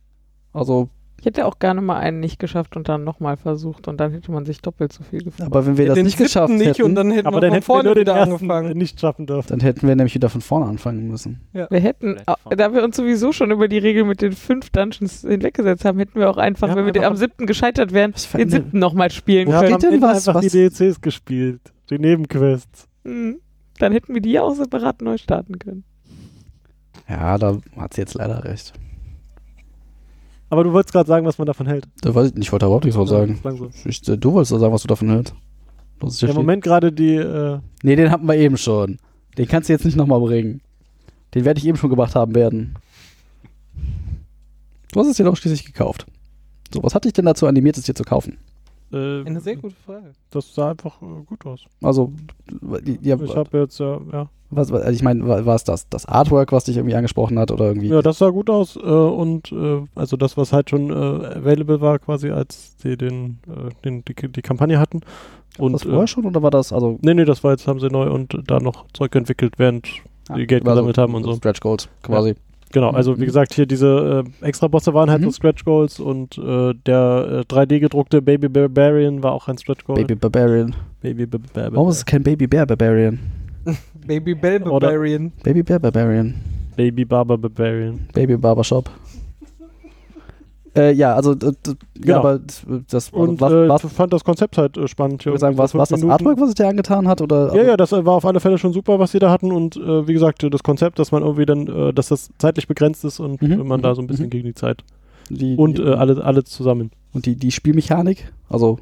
[SPEAKER 3] Also,
[SPEAKER 2] Ich hätte auch gerne mal einen nicht geschafft und dann nochmal versucht und dann hätte man sich doppelt so viel gefreut.
[SPEAKER 3] aber wenn wir das
[SPEAKER 1] den
[SPEAKER 3] nicht
[SPEAKER 1] siebten
[SPEAKER 3] geschafft
[SPEAKER 1] nicht
[SPEAKER 3] hätten,
[SPEAKER 1] und dann hätten
[SPEAKER 5] Aber
[SPEAKER 1] wir
[SPEAKER 5] dann
[SPEAKER 1] von vorne
[SPEAKER 5] hätten wir nur den
[SPEAKER 1] wieder
[SPEAKER 5] ersten
[SPEAKER 1] angefangen.
[SPEAKER 5] nicht schaffen dürfen.
[SPEAKER 3] dann hätten wir nämlich wieder von vorne anfangen müssen.
[SPEAKER 2] Wir hätten,
[SPEAKER 6] Vielleicht von-
[SPEAKER 2] da wir uns sowieso schon über die Regel mit den fünf Dungeons hinweggesetzt haben, hätten wir auch einfach,
[SPEAKER 5] Ja,
[SPEAKER 2] wenn wir den,
[SPEAKER 5] aber-
[SPEAKER 2] am siebten gescheitert wären,
[SPEAKER 3] Was für
[SPEAKER 2] den
[SPEAKER 3] eine-
[SPEAKER 2] siebten nochmal spielen
[SPEAKER 3] Wo
[SPEAKER 5] Wir haben
[SPEAKER 3] steht
[SPEAKER 5] am
[SPEAKER 3] denn
[SPEAKER 5] Ende
[SPEAKER 3] was,
[SPEAKER 5] einfach
[SPEAKER 3] was-
[SPEAKER 5] die DLCs gespielt. Die Nebenquests.
[SPEAKER 2] können. Mhm. Dann hätten wir die ja auch separat neu starten können.
[SPEAKER 3] Ja, da hat sie jetzt leider recht.
[SPEAKER 5] Aber du wolltest gerade sagen, was man davon hält.
[SPEAKER 3] Da weiß ich, nicht, ich wollte da überhaupt nichts von sagen.
[SPEAKER 5] Klang so.
[SPEAKER 3] Ich, äh, du wolltest doch sagen, was du davon hältst. Das ist ja
[SPEAKER 5] Ja, Im
[SPEAKER 3] viel-
[SPEAKER 5] Moment gerade die. Äh,
[SPEAKER 3] Nee, den hatten wir eben schon. Den kannst du jetzt nicht nochmal bringen. Den werde ich eben schon gemacht haben werden. Du hast es dir doch schließlich gekauft. So, was hat dich denn dazu animiert, es dir zu kaufen?
[SPEAKER 1] Eine sehr
[SPEAKER 5] äh,
[SPEAKER 1] gute Frage.
[SPEAKER 5] das sah einfach äh, gut aus.
[SPEAKER 3] Also, ja,
[SPEAKER 5] Ich habe jetzt, ja, ja.
[SPEAKER 3] was, was, also ich meine, war, war es das, das Artwork, was dich irgendwie angesprochen hat oder irgendwie?
[SPEAKER 5] Ja, das sah gut aus. Äh, und äh, also das, was halt schon äh, available war, quasi, als sie den, äh, den, die, die Kampagne hatten. Und,
[SPEAKER 3] das
[SPEAKER 5] äh,
[SPEAKER 3] vorher schon oder war das also
[SPEAKER 5] Nee, nee, das war jetzt, haben sie neu und da noch Zeug entwickelt, während die Geld
[SPEAKER 3] war
[SPEAKER 5] gesammelt haben und so.
[SPEAKER 3] Stretch Goals quasi?
[SPEAKER 5] Genau, also
[SPEAKER 3] Mhm.
[SPEAKER 5] wie gesagt, hier diese äh, Extra-Bosse waren halt
[SPEAKER 3] Mhm.
[SPEAKER 5] so Scratch Goals und äh, der äh, 3D-gedruckte Baby Barbarian war auch ein Scratch Goal.
[SPEAKER 3] Baby Barbarian.
[SPEAKER 5] Baby Barbarian.
[SPEAKER 3] Warum ist es kein Baby Bear Barbarian?
[SPEAKER 1] Baby Bell
[SPEAKER 5] Oder-
[SPEAKER 1] Barbarian.
[SPEAKER 3] Baby Bear Barbarian.
[SPEAKER 5] Baby Barber Barbarian.
[SPEAKER 3] Baby Barbershop. äh, ja, also d- d- ja,
[SPEAKER 5] Genau.
[SPEAKER 3] aber d- das
[SPEAKER 5] Und
[SPEAKER 3] was,
[SPEAKER 5] äh,
[SPEAKER 3] was,
[SPEAKER 5] ich fand das Konzept halt äh, spannend.
[SPEAKER 3] ich würde sagen, was, was das Artwork, also was es dir angetan hat oder
[SPEAKER 5] Ja, ja, das äh, war auf alle Fälle schon super, was sie da hatten. Und äh, wie gesagt, äh, das Konzept, dass man irgendwie dann, äh, dass das zeitlich begrenzt ist und
[SPEAKER 3] Mhm.
[SPEAKER 5] äh, man da so ein bisschen
[SPEAKER 3] Mhm.
[SPEAKER 5] gegen die Zeit.
[SPEAKER 3] die,
[SPEAKER 5] Und
[SPEAKER 3] die,
[SPEAKER 5] äh, alle, alle zusammen.
[SPEAKER 3] und die die Spielmechanik, also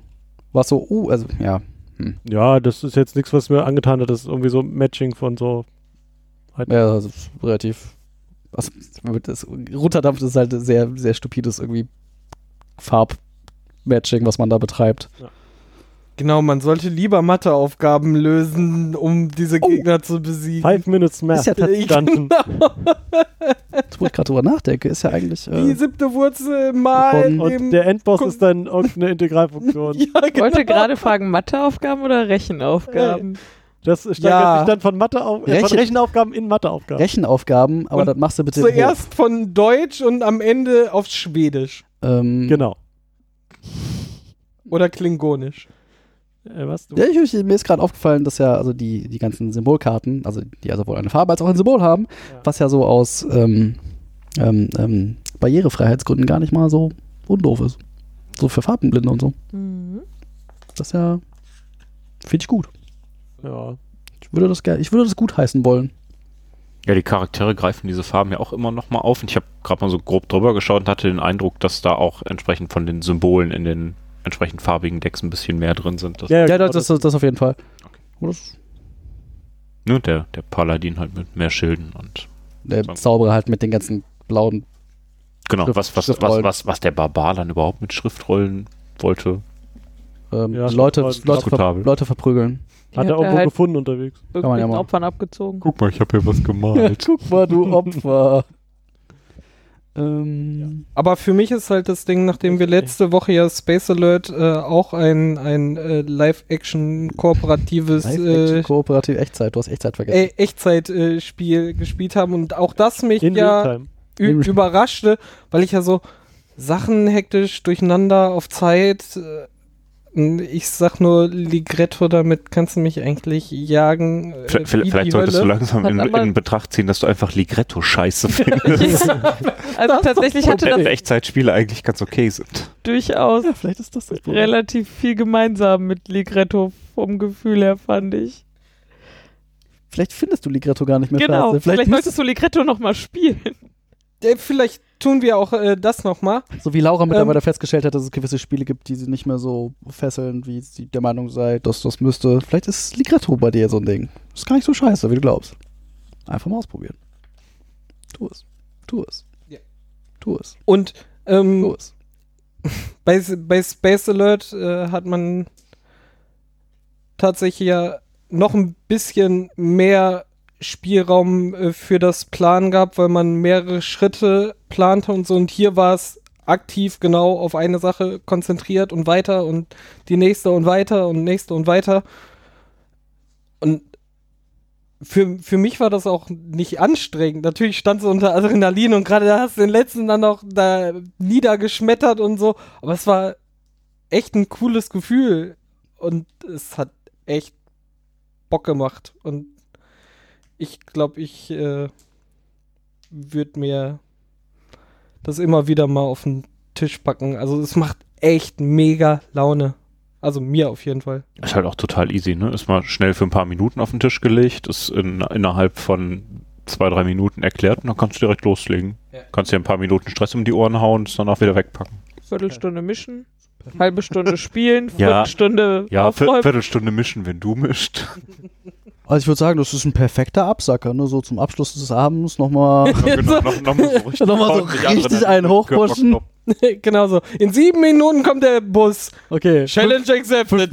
[SPEAKER 3] was so oh, also ja,
[SPEAKER 5] Ja, das ist jetzt nichts, was mir angetan hat. Das ist irgendwie so ein Matching von so.
[SPEAKER 3] ja also es ist relativ also das runterdampft ist halt sehr sehr stupides irgendwie Farbmatching, was man da betreibt.
[SPEAKER 1] Genau, man sollte lieber Matheaufgaben lösen, um diese
[SPEAKER 3] Oh.
[SPEAKER 1] Gegner zu besiegen.
[SPEAKER 5] Five Minutes Math
[SPEAKER 3] Ist ja
[SPEAKER 1] tats-
[SPEAKER 5] *laughs* Dungeon.
[SPEAKER 3] Jetzt, wo ich gerade drüber nachdenke, ist ja eigentlich
[SPEAKER 1] Die
[SPEAKER 3] äh,
[SPEAKER 1] siebte Wurzel mal
[SPEAKER 3] Von-
[SPEAKER 1] dem.
[SPEAKER 5] Und der Endboss
[SPEAKER 1] Guck-
[SPEAKER 5] ist dann irgendeine Integralfunktion.
[SPEAKER 1] *laughs* ja,
[SPEAKER 2] Ich
[SPEAKER 1] genau.
[SPEAKER 2] wollte gerade fragen, Matheaufgaben oder Rechenaufgaben?
[SPEAKER 5] Das steigert
[SPEAKER 1] Ja.
[SPEAKER 5] sich dann von, Mathe auf, äh,
[SPEAKER 3] Rechen-
[SPEAKER 5] von Rechenaufgaben in Matheaufgaben.
[SPEAKER 3] Rechenaufgaben, aber
[SPEAKER 1] Und
[SPEAKER 3] das machst du bitte im Hof.
[SPEAKER 1] Zuerst von Deutsch und am Ende auf Schwedisch
[SPEAKER 3] ähm,
[SPEAKER 5] Genau.
[SPEAKER 1] oder Klingonisch.
[SPEAKER 5] Äh, was? Du?
[SPEAKER 3] Ja, ich, ich, mir ist gerade aufgefallen, dass ja also die, die ganzen Symbolkarten, also die ja sowohl eine Farbe als auch ein Symbol haben,
[SPEAKER 5] Ja.
[SPEAKER 3] was ja so aus ähm, ähm, ähm, Barrierefreiheitsgründen gar nicht mal so undoof ist. So für Farbenblinde und so.
[SPEAKER 2] Mhm.
[SPEAKER 3] Das ist ja finde ich gut.
[SPEAKER 5] Ja.
[SPEAKER 3] Ich würde das gerne, ich würde das gut heißen wollen.
[SPEAKER 6] Ja, die Charaktere greifen diese Farben ja auch immer nochmal auf. Und ich habe gerade mal so grob drüber geschaut und hatte den Eindruck, dass da auch entsprechend von den Symbolen in den entsprechend farbigen Decks ein bisschen mehr drin sind. Das,
[SPEAKER 3] Ja,
[SPEAKER 5] genau,
[SPEAKER 3] das, das, das, auf jeden Fall.
[SPEAKER 6] Okay.
[SPEAKER 3] Und Das,
[SPEAKER 6] ne, der, der Paladin halt mit mehr Schilden und
[SPEAKER 3] der
[SPEAKER 6] So.
[SPEAKER 3] Zauberer halt mit den ganzen blauen.
[SPEAKER 6] genau,
[SPEAKER 3] Schrift-
[SPEAKER 6] was, was, was,
[SPEAKER 3] Schriftrollen.
[SPEAKER 6] was, was der Barbar dann überhaupt mit Schriftrollen wollte.
[SPEAKER 3] Ähm,
[SPEAKER 5] Ja,
[SPEAKER 3] Leute,
[SPEAKER 5] das ist
[SPEAKER 3] Leute, ver
[SPEAKER 6] diskutabel.
[SPEAKER 3] Leute verprügeln.
[SPEAKER 5] hat
[SPEAKER 6] oh,
[SPEAKER 5] er
[SPEAKER 2] hat er
[SPEAKER 5] irgendwo
[SPEAKER 2] halt-
[SPEAKER 5] gefunden unterwegs.
[SPEAKER 3] man ja
[SPEAKER 2] Irgendwelchen
[SPEAKER 3] machen.
[SPEAKER 2] Opfern abgezogen.
[SPEAKER 6] Guck mal, ich habe hier was gemalt.
[SPEAKER 3] Guck mal, du Opfer. *laughs* ähm,
[SPEAKER 1] Aber für mich ist halt das Ding, nachdem wir letzte Woche ja Space Alert äh, auch ein, ein äh, Live-Action-kooperatives
[SPEAKER 3] Live-Action,
[SPEAKER 1] äh,
[SPEAKER 3] kooperative Echtzeit. Du hast Echtzeit
[SPEAKER 1] äh,
[SPEAKER 3] vergessen.
[SPEAKER 1] Echtzeitspiel gespielt haben und auch das mich
[SPEAKER 5] In
[SPEAKER 1] ja
[SPEAKER 5] Realtime.
[SPEAKER 1] ü- überraschte, weil ich ja so Sachen hektisch durcheinander auf Zeit. äh, Ich sag nur Ligretto, damit kannst du mich eigentlich jagen. äh, wie
[SPEAKER 6] Vielleicht,
[SPEAKER 1] die
[SPEAKER 6] vielleicht solltest du
[SPEAKER 1] Hölle.
[SPEAKER 6] langsam
[SPEAKER 2] Hat
[SPEAKER 6] in,
[SPEAKER 2] aber-
[SPEAKER 6] in Betracht ziehen, dass du einfach
[SPEAKER 1] *laughs*
[SPEAKER 6] Ligretto-Scheiße findest.
[SPEAKER 2] *laughs* Also tatsächlich hatte
[SPEAKER 6] und
[SPEAKER 2] das
[SPEAKER 6] Echtzeitspiele eigentlich ganz okay sind.
[SPEAKER 2] durchaus
[SPEAKER 3] vielleicht ist das das
[SPEAKER 2] relativ viel gemeinsam mit Ligretto vom Gefühl her, fand ich.
[SPEAKER 3] Vielleicht findest du Ligretto gar nicht mehr
[SPEAKER 2] Genau,
[SPEAKER 3] scheiße.
[SPEAKER 2] vielleicht,
[SPEAKER 3] Vielleicht,
[SPEAKER 2] solltest du Ligretto nochmal spielen.
[SPEAKER 1] Äh, Vielleicht tun wir auch äh, das nochmal.
[SPEAKER 3] so wie Laura mittlerweile festgestellt hat, dass es gewisse Spiele gibt, die sie nicht mehr so fesseln, wie sie der Meinung sei, dass das müsste. Vielleicht ist Ligretto bei dir so ein Ding. Ist gar nicht so scheiße, wie du glaubst. Einfach mal ausprobieren. Tu es. Tu es.
[SPEAKER 1] Ja.
[SPEAKER 3] Tu es.
[SPEAKER 1] Und ähm,
[SPEAKER 3] Tu es.
[SPEAKER 1] bei, S- bei Space Alert äh, hat man tatsächlich ja noch ein bisschen mehr Spielraum äh, für das Planen gab, weil man mehrere Schritte plante und so. Und hier war es aktiv genau auf eine Sache konzentriert und weiter und die nächste und weiter und nächste und weiter. Und für, für mich war das auch nicht anstrengend. Natürlich stand so unter Adrenalin und gerade da hast du den letzten dann auch da niedergeschmettert und so. Aber es war echt ein cooles Gefühl und es hat echt Bock gemacht. Und ich glaube, ich äh, würde mir das immer wieder mal auf den Tisch packen. Also es macht echt mega Laune. Also mir auf jeden Fall. *laughs*
[SPEAKER 6] Ist halt auch total easy, ne? Ist mal schnell für ein paar Minuten auf den Tisch gelegt, ist in, innerhalb von zwei, drei Minuten erklärt und dann kannst du direkt loslegen. Kannst dir ein paar Minuten Stress um die Ohren hauen und es danach wieder wegpacken.
[SPEAKER 2] *laughs* Viertelstunde mischen, halbe Stunde spielen,
[SPEAKER 6] Ja.
[SPEAKER 2] Viertelstunde
[SPEAKER 6] Ja, Vier-
[SPEAKER 2] aufräumen.
[SPEAKER 6] Viertelstunde mischen, wenn du *laughs* mischt.
[SPEAKER 3] Also ich würde sagen, das ist ein perfekter Absacker, ne? So zum Abschluss des Abends nochmal *laughs*
[SPEAKER 6] genau, noch, noch mal so richtig,
[SPEAKER 3] Noch mal so
[SPEAKER 6] ordentlich Adrenalin-
[SPEAKER 3] richtig einen hochpushen.
[SPEAKER 6] Körperknopf.
[SPEAKER 1] genau so. In sieben Minuten kommt der Bus.
[SPEAKER 3] Okay.
[SPEAKER 1] Challenge accepted.
[SPEAKER 3] fünf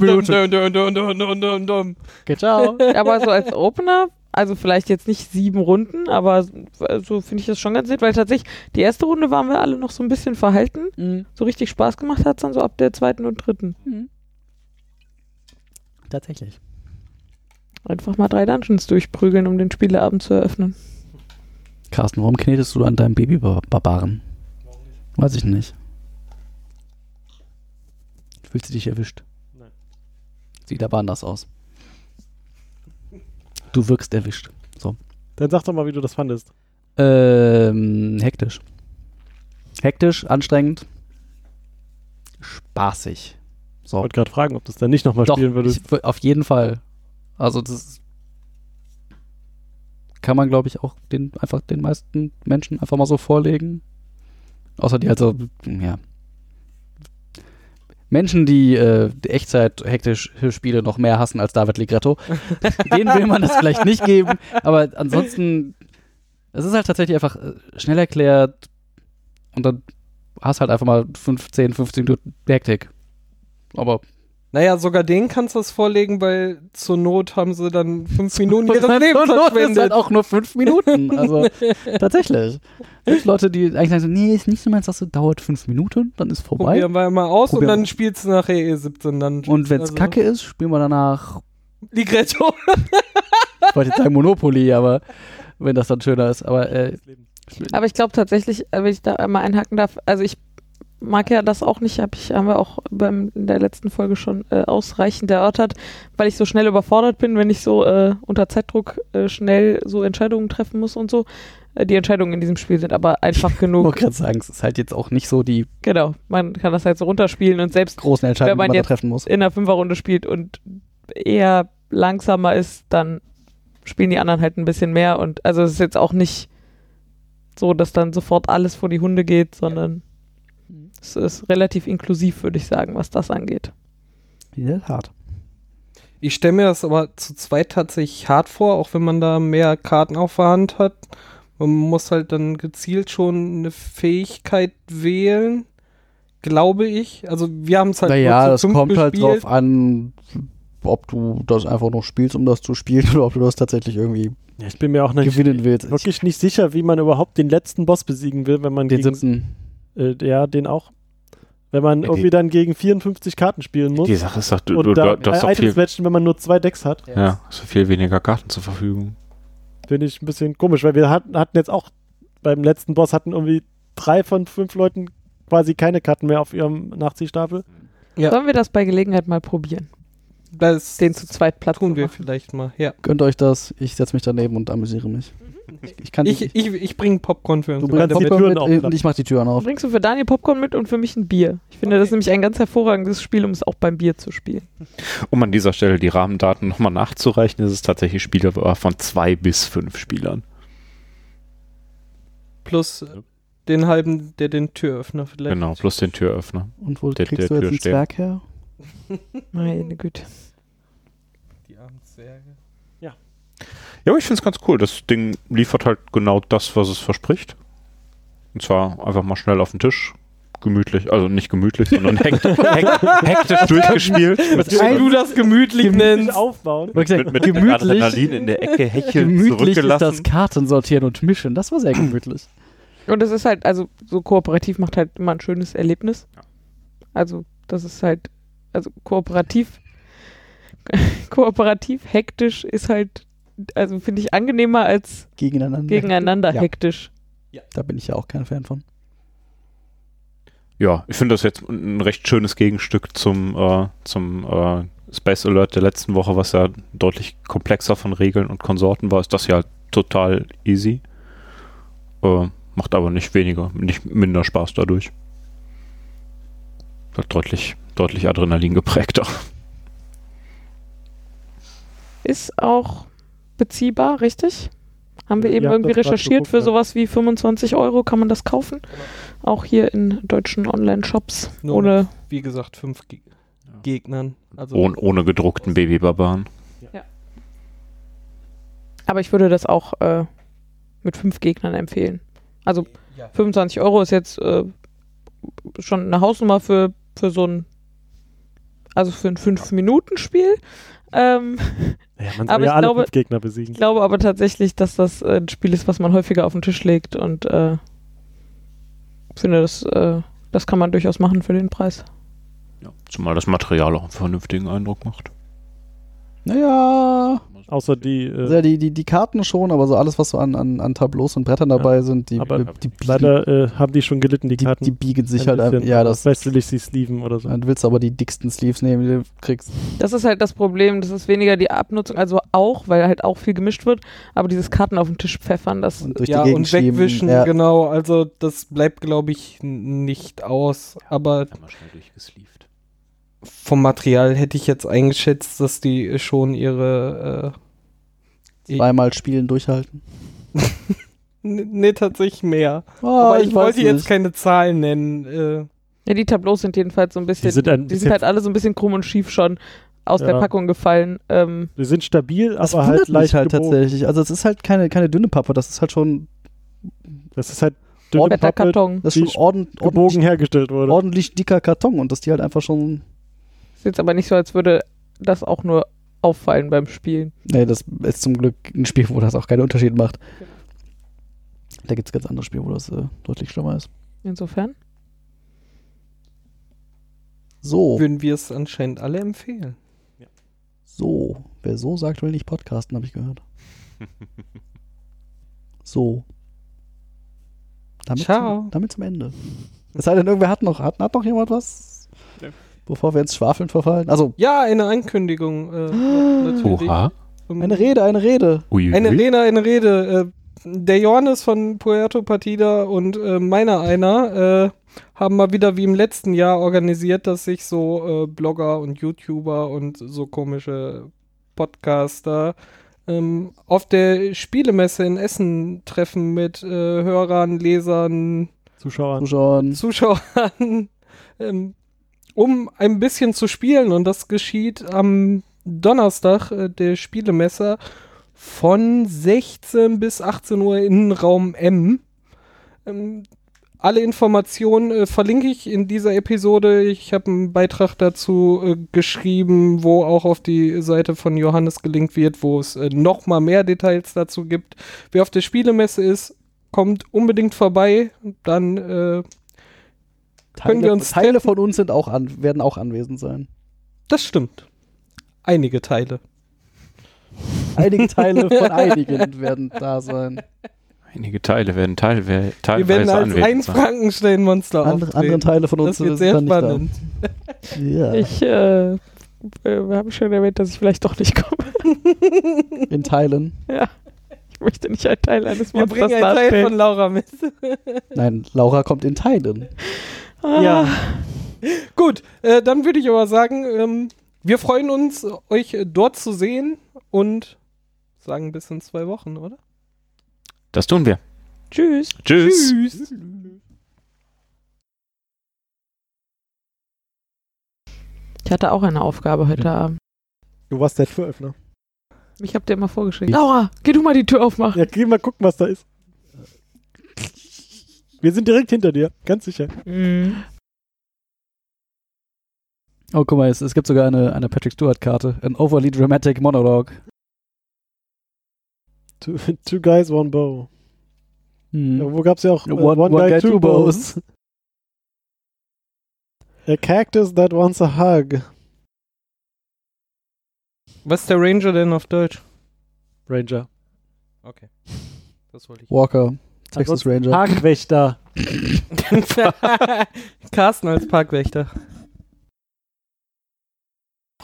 [SPEAKER 1] Dum,
[SPEAKER 3] Minuten.
[SPEAKER 1] dum, dum, dum, dum, dum, dum.
[SPEAKER 3] Okay, ciao.
[SPEAKER 2] aber so als Opener, also vielleicht jetzt nicht sieben Runden, aber so finde ich das schon ganz nett, weil tatsächlich die erste Runde waren wir alle noch so ein bisschen verhalten. So richtig Spaß gemacht hat es dann so ab der zweiten und dritten.
[SPEAKER 3] Tatsächlich.
[SPEAKER 2] Einfach mal drei Dungeons durchprügeln, um den Spieleabend zu eröffnen.
[SPEAKER 3] Carsten, warum knetest du an deinem Babybarbaren? Weiß ich nicht. Fühlst du dich erwischt?
[SPEAKER 5] Nein.
[SPEAKER 3] Sieht aber anders aus. Du wirkst erwischt.
[SPEAKER 5] Dann sag doch mal, wie du das fandest.
[SPEAKER 3] Ähm, hektisch. Hektisch, anstrengend. Spaßig.
[SPEAKER 5] Ich
[SPEAKER 3] So.
[SPEAKER 5] wollte gerade fragen, ob du es dann nicht nochmal
[SPEAKER 3] Doch,
[SPEAKER 5] spielen würdest.
[SPEAKER 3] ich wür- auf jeden Fall. Also das ist- kann man, glaube ich, auch den, einfach den meisten Menschen einfach mal so vorlegen. Außer die also, ja. Menschen, die äh, die Echtzeit-Hektisch-Spiele noch mehr hassen als David Ligretto, denen will man das vielleicht nicht geben. Aber ansonsten, es ist halt tatsächlich einfach äh, schnell erklärt und dann hast halt einfach mal 15, 15 Minuten Hektik. Aber
[SPEAKER 1] Naja, sogar den kannst du das vorlegen, weil zur Not haben sie dann fünf *laughs* Minuten ihres
[SPEAKER 3] *laughs*
[SPEAKER 1] Lebens
[SPEAKER 3] Zur Not ist halt
[SPEAKER 1] verschwendet.
[SPEAKER 3] auch nur fünf Minuten. Also tatsächlich. Es gibt Leute, die eigentlich sagen, so, nee, ist nicht so meins, das dauert fünf Minuten, dann ist vorbei.
[SPEAKER 1] Probieren wir mal aus
[SPEAKER 3] Probieren
[SPEAKER 1] und
[SPEAKER 3] wir.
[SPEAKER 1] dann spielst du nachher E17 E dann.
[SPEAKER 3] Und wenn es
[SPEAKER 1] also-
[SPEAKER 3] kacke ist, spielen wir danach,
[SPEAKER 1] Ligretto.
[SPEAKER 3] ich wollte jetzt sagen Monopoly, aber wenn das dann schöner ist. Aber äh,
[SPEAKER 2] Aber ich glaube tatsächlich, äh, wenn ich da einmal einhaken darf, also ich mag ja das auch nicht, hab ich, haben wir auch beim, in der letzten Folge schon äh, ausreichend erörtert, weil ich so schnell überfordert bin, wenn ich so äh, unter Zeitdruck äh, schnell so Entscheidungen treffen muss und so. Äh, die Entscheidungen in diesem Spiel sind aber einfach genug.
[SPEAKER 3] wollte gerade sagen, es ist halt jetzt auch nicht so die
[SPEAKER 2] Genau, man kann das halt so runterspielen und selbst
[SPEAKER 3] großen
[SPEAKER 2] Wenn
[SPEAKER 3] Entscheidungen,
[SPEAKER 2] man
[SPEAKER 3] die man da
[SPEAKER 2] jetzt-
[SPEAKER 3] treffen muss.
[SPEAKER 2] in der Fünferrunde spielt und eher langsamer ist, dann spielen die anderen halt ein bisschen mehr und also es ist jetzt auch nicht so, dass dann sofort alles vor die Hunde geht, sondern es ist relativ inklusiv, würde ich sagen, was das angeht.
[SPEAKER 3] Die sind hart.
[SPEAKER 1] Ich stelle mir das aber zu zweit tatsächlich hart vor, auch wenn man da mehr Karten auf der Hand hat. Man muss halt dann gezielt schon eine Fähigkeit wählen, glaube ich. Also wir haben es halt
[SPEAKER 3] naja,
[SPEAKER 1] nur
[SPEAKER 3] das
[SPEAKER 1] zu fünft
[SPEAKER 3] kommt halt
[SPEAKER 1] gespielt.
[SPEAKER 3] drauf an, ob du das einfach nur spielst, um das zu spielen, *laughs* oder ob du das tatsächlich irgendwie
[SPEAKER 5] Ja, ich bin mir auch nicht,
[SPEAKER 3] gewinnen willst. Ich,
[SPEAKER 5] wirklich nicht sicher, wie man überhaupt den letzten Boss besiegen will, wenn man
[SPEAKER 3] den
[SPEAKER 5] gegen,
[SPEAKER 3] siebten.
[SPEAKER 5] äh, ja, den auch. Wenn man
[SPEAKER 6] Die-
[SPEAKER 5] irgendwie dann gegen 54 Karten spielen muss
[SPEAKER 6] Die Sache ist doch, du,
[SPEAKER 5] und
[SPEAKER 6] du,
[SPEAKER 5] da
[SPEAKER 6] du, du hast doch
[SPEAKER 5] äh, Items
[SPEAKER 6] viel,
[SPEAKER 5] matchen, wenn man nur zwei Decks hat,
[SPEAKER 6] ja, hast doch viel weniger Karten zur Verfügung.
[SPEAKER 5] finde ich ein bisschen komisch, weil wir hatten, hatten jetzt auch beim letzten Boss hatten irgendwie drei von fünf Leuten quasi keine Karten mehr auf ihrem Nachziehstapel.
[SPEAKER 2] Sollen wir das bei Gelegenheit mal probieren?
[SPEAKER 1] Das
[SPEAKER 2] Den zu zweit Platz
[SPEAKER 1] tun
[SPEAKER 2] zu
[SPEAKER 1] wir
[SPEAKER 2] machen?
[SPEAKER 1] vielleicht mal. Ja.
[SPEAKER 3] Gönnt euch das. Ich setze mich daneben und amüsiere mich.
[SPEAKER 1] Mhm.
[SPEAKER 3] Ich, ich kann
[SPEAKER 1] Ich, ich, ich bringe Popcorn für uns.
[SPEAKER 3] du bringst
[SPEAKER 5] kannst
[SPEAKER 3] die
[SPEAKER 5] die
[SPEAKER 3] Türen
[SPEAKER 5] Türen
[SPEAKER 3] mit, äh,
[SPEAKER 5] aufklappen.
[SPEAKER 3] und ich mache die Türen auf.
[SPEAKER 2] Bringst du für Daniel Popcorn mit und für mich ein Bier? Ich finde, das ist nämlich ein ganz hervorragendes Spiel, um es auch beim Bier zu spielen.
[SPEAKER 6] Um an dieser Stelle die Rahmendaten nochmal nachzureichen, ist es tatsächlich Spieler von zwei bis fünf Spielern.
[SPEAKER 1] Plus äh, den halben, der den Türöffner vielleicht.
[SPEAKER 6] Genau, plus den Türöffner.
[SPEAKER 3] Und wo
[SPEAKER 6] Der- der
[SPEAKER 3] kriegst du jetzt einen
[SPEAKER 6] Türsteher.
[SPEAKER 3] Zwerg her?
[SPEAKER 2] Meine Güte.
[SPEAKER 6] Genau.
[SPEAKER 1] Die armen Zwerge.
[SPEAKER 6] Ja, aber ich finde es ganz cool. Das Ding liefert halt genau das, was es verspricht. Und zwar einfach mal schnell auf den Tisch. Gemütlich, also nicht gemütlich, sondern hekt, hekt, hektisch durchgespielt. Mit,
[SPEAKER 1] Wenn du das gemütlich
[SPEAKER 5] Gemütlich
[SPEAKER 1] nennst.
[SPEAKER 5] aufbauen.
[SPEAKER 6] mit, mit
[SPEAKER 3] gemütlich,
[SPEAKER 6] Adrenalin in der Ecke hecheln
[SPEAKER 3] gemütlich ist
[SPEAKER 6] zurückgelassen.
[SPEAKER 3] das Karten sortieren und mischen. Das war sehr gemütlich.
[SPEAKER 2] Und es ist halt, also so kooperativ macht halt immer ein schönes Erlebnis. Also das ist halt, also kooperativ, *laughs* kooperativ, hektisch ist halt, also finde ich angenehmer als
[SPEAKER 3] Gegeneinander. *laughs*
[SPEAKER 2] gegeneinander
[SPEAKER 3] Ja.
[SPEAKER 2] hektisch.
[SPEAKER 3] Da bin ich ja auch kein Fan von.
[SPEAKER 6] Ja, ich finde das jetzt ein ein recht schönes Gegenstück zum, äh, zum äh, Space Alert der letzten Woche, was ja deutlich komplexer von Regeln und Konsorten war, ist das ja total easy. Äh, macht aber nicht weniger, nicht minder Spaß dadurch. Hat deutlich, deutlich Adrenalin geprägter.
[SPEAKER 2] Ist auch beziehbar, richtig? Haben wir
[SPEAKER 5] Ihr
[SPEAKER 2] eben
[SPEAKER 5] habt
[SPEAKER 2] irgendwie
[SPEAKER 5] das gerade
[SPEAKER 2] recherchiert
[SPEAKER 5] geguckt,
[SPEAKER 2] für
[SPEAKER 5] ne?
[SPEAKER 2] sowas wie 25 Euro kann man das kaufen. Auch hier in deutschen Online-Shops.
[SPEAKER 1] Nur
[SPEAKER 2] Ohne
[SPEAKER 1] Wie gesagt, fünf Ge Gegnern. Also
[SPEAKER 6] Ohne, ohne gedruckten Babybarbaren.
[SPEAKER 2] Aber ich würde das auch äh, mit fünf Gegnern empfehlen. Also
[SPEAKER 1] Ja.
[SPEAKER 2] 25 Euro ist jetzt äh, schon eine Hausnummer für, für so ein, also für ein 5-Minuten-Spiel. Ähm, *laughs*
[SPEAKER 5] Ja, man soll
[SPEAKER 2] Aber
[SPEAKER 5] ja
[SPEAKER 2] ich
[SPEAKER 5] alle
[SPEAKER 2] glaube-
[SPEAKER 5] fünf Gegner besiegen.
[SPEAKER 2] ich glaube aber tatsächlich, dass das äh, ein Spiel ist, was man häufiger auf den Tisch legt und äh, finde, das, äh, das kann man durchaus machen für den Preis.
[SPEAKER 6] Ja. Zumal das Material auch einen vernünftigen Eindruck macht.
[SPEAKER 3] Naja.
[SPEAKER 5] Außer die,
[SPEAKER 3] Also
[SPEAKER 5] äh,
[SPEAKER 3] ja, die, die, die Karten schon, aber so alles, was so an, an, an Tableaus und Brettern dabei sind, die,
[SPEAKER 5] aber
[SPEAKER 3] die, die,
[SPEAKER 5] leider äh, haben die schon gelitten, die
[SPEAKER 3] die,
[SPEAKER 5] Karten.
[SPEAKER 3] die biegen sich halt einfach. Ja, das,
[SPEAKER 5] Westlich sie sleeven oder so.
[SPEAKER 3] dann willst du aber die dicksten Sleeves nehmen, die du kriegst.
[SPEAKER 2] Das ist halt das Problem, das ist weniger die Abnutzung, also auch, weil halt auch viel gemischt wird, aber dieses Karten auf den Tisch pfeffern, das
[SPEAKER 3] Und durch
[SPEAKER 1] ja,
[SPEAKER 3] die Gegend
[SPEAKER 1] und wegwischen,
[SPEAKER 3] schieben. Ja.
[SPEAKER 1] genau. Also das bleibt, glaube ich, n- nicht aus. Aber
[SPEAKER 6] Einmal schnell durchgesleeved.
[SPEAKER 1] vom Material hätte ich jetzt eingeschätzt, dass die schon ihre... Äh, i-
[SPEAKER 3] Zweimal spielen, durchhalten.
[SPEAKER 1] äh, N- nee, tatsächlich mehr.
[SPEAKER 3] Oh,
[SPEAKER 1] Aber ich, wollte
[SPEAKER 3] weiß
[SPEAKER 1] jetzt
[SPEAKER 3] nicht.
[SPEAKER 1] keine Zahlen nennen. Äh,
[SPEAKER 2] Ja, die Tableaus sind jedenfalls so ein bisschen,
[SPEAKER 5] Die sind ein bisschen-
[SPEAKER 2] halt alle so ein bisschen krumm und schief schon aus
[SPEAKER 5] Ja.
[SPEAKER 2] der Packung gefallen. Ähm,
[SPEAKER 5] Die sind stabil,
[SPEAKER 3] Das
[SPEAKER 5] aber
[SPEAKER 3] wundert
[SPEAKER 5] halt leicht
[SPEAKER 3] mich halt
[SPEAKER 5] gebogen.
[SPEAKER 3] tatsächlich. Also es ist halt keine, keine dünne Pappe, das ist halt schon,
[SPEAKER 5] Das ist halt dünne
[SPEAKER 3] Ordner-
[SPEAKER 5] Pappe,
[SPEAKER 2] Blätterkarton.
[SPEAKER 3] das
[SPEAKER 5] Die
[SPEAKER 3] ist
[SPEAKER 5] ist
[SPEAKER 3] schon ordent,
[SPEAKER 5] gebogen
[SPEAKER 3] ordentlich,
[SPEAKER 5] hergestellt wurde.
[SPEAKER 3] ordentlich dicker Karton und dass die halt einfach schon
[SPEAKER 2] Ist jetzt aber nicht so, als würde das auch nur auffallen beim Spielen.
[SPEAKER 3] Nee, das ist zum Glück ein Spiel, wo das auch keinen Unterschied macht. Da gibt es ganz andere Spiele, wo das äh, deutlich schlimmer ist.
[SPEAKER 2] Insofern.
[SPEAKER 6] Oh.
[SPEAKER 3] So,
[SPEAKER 1] Würden wir es anscheinend alle empfehlen.
[SPEAKER 3] so. Wer so sagt, will nicht podcasten, habe ich gehört.
[SPEAKER 5] *laughs*
[SPEAKER 3] So. Damit
[SPEAKER 1] Ciao.
[SPEAKER 3] Zum, damit zum Ende. Es sei denn, irgendwer hat noch, hat, hat noch jemand was?
[SPEAKER 6] Nee.
[SPEAKER 3] Bevor wir ins Schwafeln verfallen. Also,
[SPEAKER 1] Ja, eine Ankündigung. Äh,
[SPEAKER 6] *gasps*
[SPEAKER 1] natürlich.
[SPEAKER 6] Oha.
[SPEAKER 1] Ähm,
[SPEAKER 3] eine Rede, eine Rede.
[SPEAKER 6] Uiuiui.
[SPEAKER 1] Eine Rede, eine Rede. Äh, der Johannes von Puerto Partida und äh, meiner einer äh, haben mal wieder wie im letzten Jahr organisiert, dass sich so äh, Blogger und YouTuber und so komische Podcaster ähm, auf der Spielemesse in Essen treffen mit äh, Hörern, Lesern,
[SPEAKER 5] Zuschauer.
[SPEAKER 3] Zuschauern.
[SPEAKER 1] Zuschauern, *laughs* ähm, um ein bisschen zu spielen. Und das geschieht am Donnerstag äh, der Spielemesse von 16 bis 18 Uhr Innenraum M. Ähm, alle Informationen äh, verlinke ich in dieser Episode. Ich habe einen Beitrag dazu äh, geschrieben, wo auch auf die Seite von Johannes gelinkt wird, wo es äh, nochmal mehr Details dazu gibt. Wer auf der Spielemesse ist, kommt unbedingt vorbei. Dann äh,
[SPEAKER 3] Teile,
[SPEAKER 1] wir uns
[SPEAKER 3] Teile von uns sind auch an, werden auch anwesend sein.
[SPEAKER 1] Das stimmt. Einige Teile.
[SPEAKER 3] Einige Teile von einigen werden da sein.
[SPEAKER 6] Einige Teile werden teil, wer, teilweise
[SPEAKER 1] Wir werden als
[SPEAKER 6] anwesend
[SPEAKER 1] ein
[SPEAKER 6] sein.
[SPEAKER 1] Frankenstein-Monster
[SPEAKER 3] Andere,
[SPEAKER 1] auftreten.
[SPEAKER 3] andere Teile von uns
[SPEAKER 1] das wird
[SPEAKER 3] sind
[SPEAKER 1] sehr
[SPEAKER 3] dann nicht da.
[SPEAKER 1] spannend.
[SPEAKER 3] Ja.
[SPEAKER 2] Ich äh, äh, habe schon erwähnt, dass ich vielleicht doch nicht *laughs* komme.
[SPEAKER 3] In Teilen.
[SPEAKER 2] Ich möchte nicht ein Teil eines
[SPEAKER 1] Wir
[SPEAKER 2] Monsters
[SPEAKER 1] bringen einen Teil von
[SPEAKER 2] darstellen.
[SPEAKER 1] Laura mit.
[SPEAKER 3] Nein, Laura kommt in Teilen.
[SPEAKER 2] Ah,
[SPEAKER 1] Gut, äh, dann würde ich aber sagen, ähm, wir freuen uns, euch äh, dort zu sehen und sagen bis in zwei Wochen, oder?
[SPEAKER 6] Das tun wir.
[SPEAKER 2] Tschüss.
[SPEAKER 6] Tschüss.
[SPEAKER 1] Tschüss.
[SPEAKER 2] Ich hatte auch eine Aufgabe heute Abend.
[SPEAKER 5] Du warst der ne? Türöffner.
[SPEAKER 2] Ich habe dir mal vorgeschrieben. Laura, geh du mal die Tür aufmachen.
[SPEAKER 5] Ja, geh mal gucken, was da ist. Wir sind direkt hinter dir, ganz sicher.
[SPEAKER 2] Mhm.
[SPEAKER 3] Oh, guck mal, es, es gibt sogar eine, eine Patrick Stewart-Karte. An overly dramatic monologue.
[SPEAKER 5] Two, *laughs* two guys, one bow. Ja,
[SPEAKER 3] Hm.
[SPEAKER 5] wo gab's ja auch äh,
[SPEAKER 3] One, one, guy, two bows.
[SPEAKER 5] A cactus that wants a hug.
[SPEAKER 1] Was ist der Ranger denn auf Deutsch?
[SPEAKER 5] Ranger.
[SPEAKER 1] Okay. Das wollte ich.
[SPEAKER 3] Walker, Texas Ranger.
[SPEAKER 5] Parkwächter.
[SPEAKER 1] *laughs* Carsten als Parkwächter.
[SPEAKER 5] *laughs*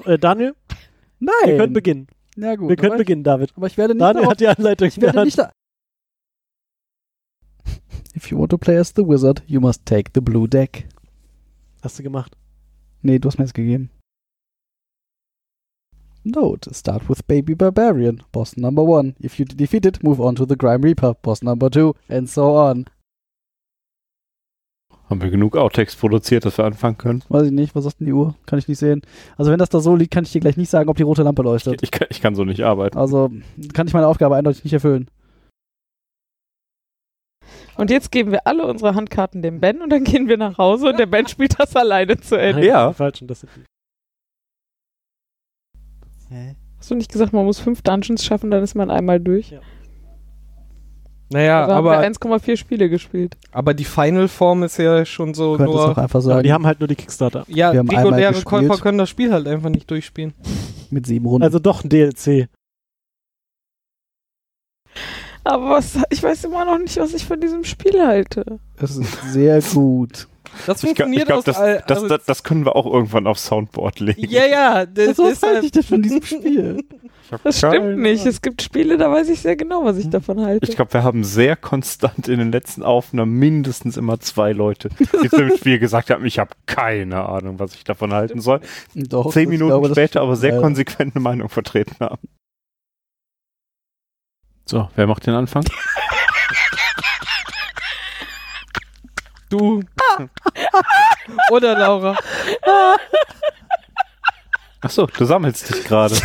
[SPEAKER 5] Äh, Daniel,
[SPEAKER 3] Nein!
[SPEAKER 5] wir können beginnen.
[SPEAKER 3] ja, gut.
[SPEAKER 5] Wir können
[SPEAKER 3] aber,
[SPEAKER 5] beginnen, David.
[SPEAKER 3] aber ich werde nicht
[SPEAKER 5] Daniel
[SPEAKER 3] darauf,
[SPEAKER 5] hat die Anleitung
[SPEAKER 3] Ich werde
[SPEAKER 5] in
[SPEAKER 3] nicht da... If you want to play as the wizard, you must take the blue deck.
[SPEAKER 5] Hast du gemacht.
[SPEAKER 3] Nee, du hast mir das gegeben. Note, start with Baby Barbarian, boss number one. If you defeat it, move on to the Grime Reaper, boss number two, and so on.
[SPEAKER 6] Haben wir genug Outtakes produziert, dass wir anfangen können?
[SPEAKER 3] Weiß ich nicht, was sagt denn die Uhr? Kann ich nicht sehen. Also wenn das da so liegt, kann ich dir gleich nicht sagen, ob die rote Lampe leuchtet.
[SPEAKER 6] Ich, kann, ich kann so nicht arbeiten.
[SPEAKER 3] Also kann ich meine Aufgabe eindeutig nicht erfüllen.
[SPEAKER 2] Und jetzt geben wir alle unsere Handkarten dem Ben und dann gehen wir nach Hause und der Ben spielt das alleine zu Ende.
[SPEAKER 5] Nein,
[SPEAKER 6] Ja.
[SPEAKER 5] Falsch, und das sind die.
[SPEAKER 2] Hast du nicht gesagt, man muss fünf Dungeons schaffen, dann ist man einmal durch?
[SPEAKER 1] Naja,
[SPEAKER 2] also
[SPEAKER 1] aber,
[SPEAKER 2] haben wir 1,4 Spiele gespielt.
[SPEAKER 1] aber die Final-Form ist ja schon so
[SPEAKER 3] Du könntest
[SPEAKER 1] nur.
[SPEAKER 3] doch einfach
[SPEAKER 5] Aber
[SPEAKER 3] sagen,
[SPEAKER 5] die haben halt nur die Kickstarter.
[SPEAKER 1] Ja,
[SPEAKER 3] Wir haben einmal
[SPEAKER 1] reguläre
[SPEAKER 3] gespielt.
[SPEAKER 1] Käufer können das Spiel halt einfach nicht durchspielen.
[SPEAKER 3] mit sieben Runden.
[SPEAKER 5] Also doch ein DLC.
[SPEAKER 2] Aber was, ich weiß immer noch nicht, was ich von diesem Spiel halte.
[SPEAKER 3] es ist sehr gut.
[SPEAKER 1] Das
[SPEAKER 6] Ich, glaub-
[SPEAKER 1] funktioniert
[SPEAKER 6] ich glaube,
[SPEAKER 1] aus
[SPEAKER 6] das,
[SPEAKER 1] all-
[SPEAKER 6] das,
[SPEAKER 1] also-
[SPEAKER 6] das, das können wir auch irgendwann aufs Soundboard legen.
[SPEAKER 1] Ja, ja, das
[SPEAKER 3] Also, was
[SPEAKER 1] ist
[SPEAKER 3] halte
[SPEAKER 1] halt,
[SPEAKER 3] ich denn von diesem Spiel?
[SPEAKER 2] Das stimmt nicht. Es gibt Spiele, da weiß ich sehr genau, was ich davon halte.
[SPEAKER 6] Ich glaube, wir haben sehr konstant in den letzten Aufnahmen mindestens immer zwei Leute, die zum Spiel gesagt haben, ich habe keine Ahnung, was ich davon halten soll.
[SPEAKER 3] Doch,
[SPEAKER 6] Zehn
[SPEAKER 3] ich
[SPEAKER 6] Minuten
[SPEAKER 3] glaube, das-
[SPEAKER 6] später aber sehr
[SPEAKER 3] Ja.
[SPEAKER 6] konsequent eine Meinung vertreten haben. So, wer macht den Anfang?
[SPEAKER 1] du. *laughs* Oder Laura.
[SPEAKER 6] Achso, du sammelst dich gerade.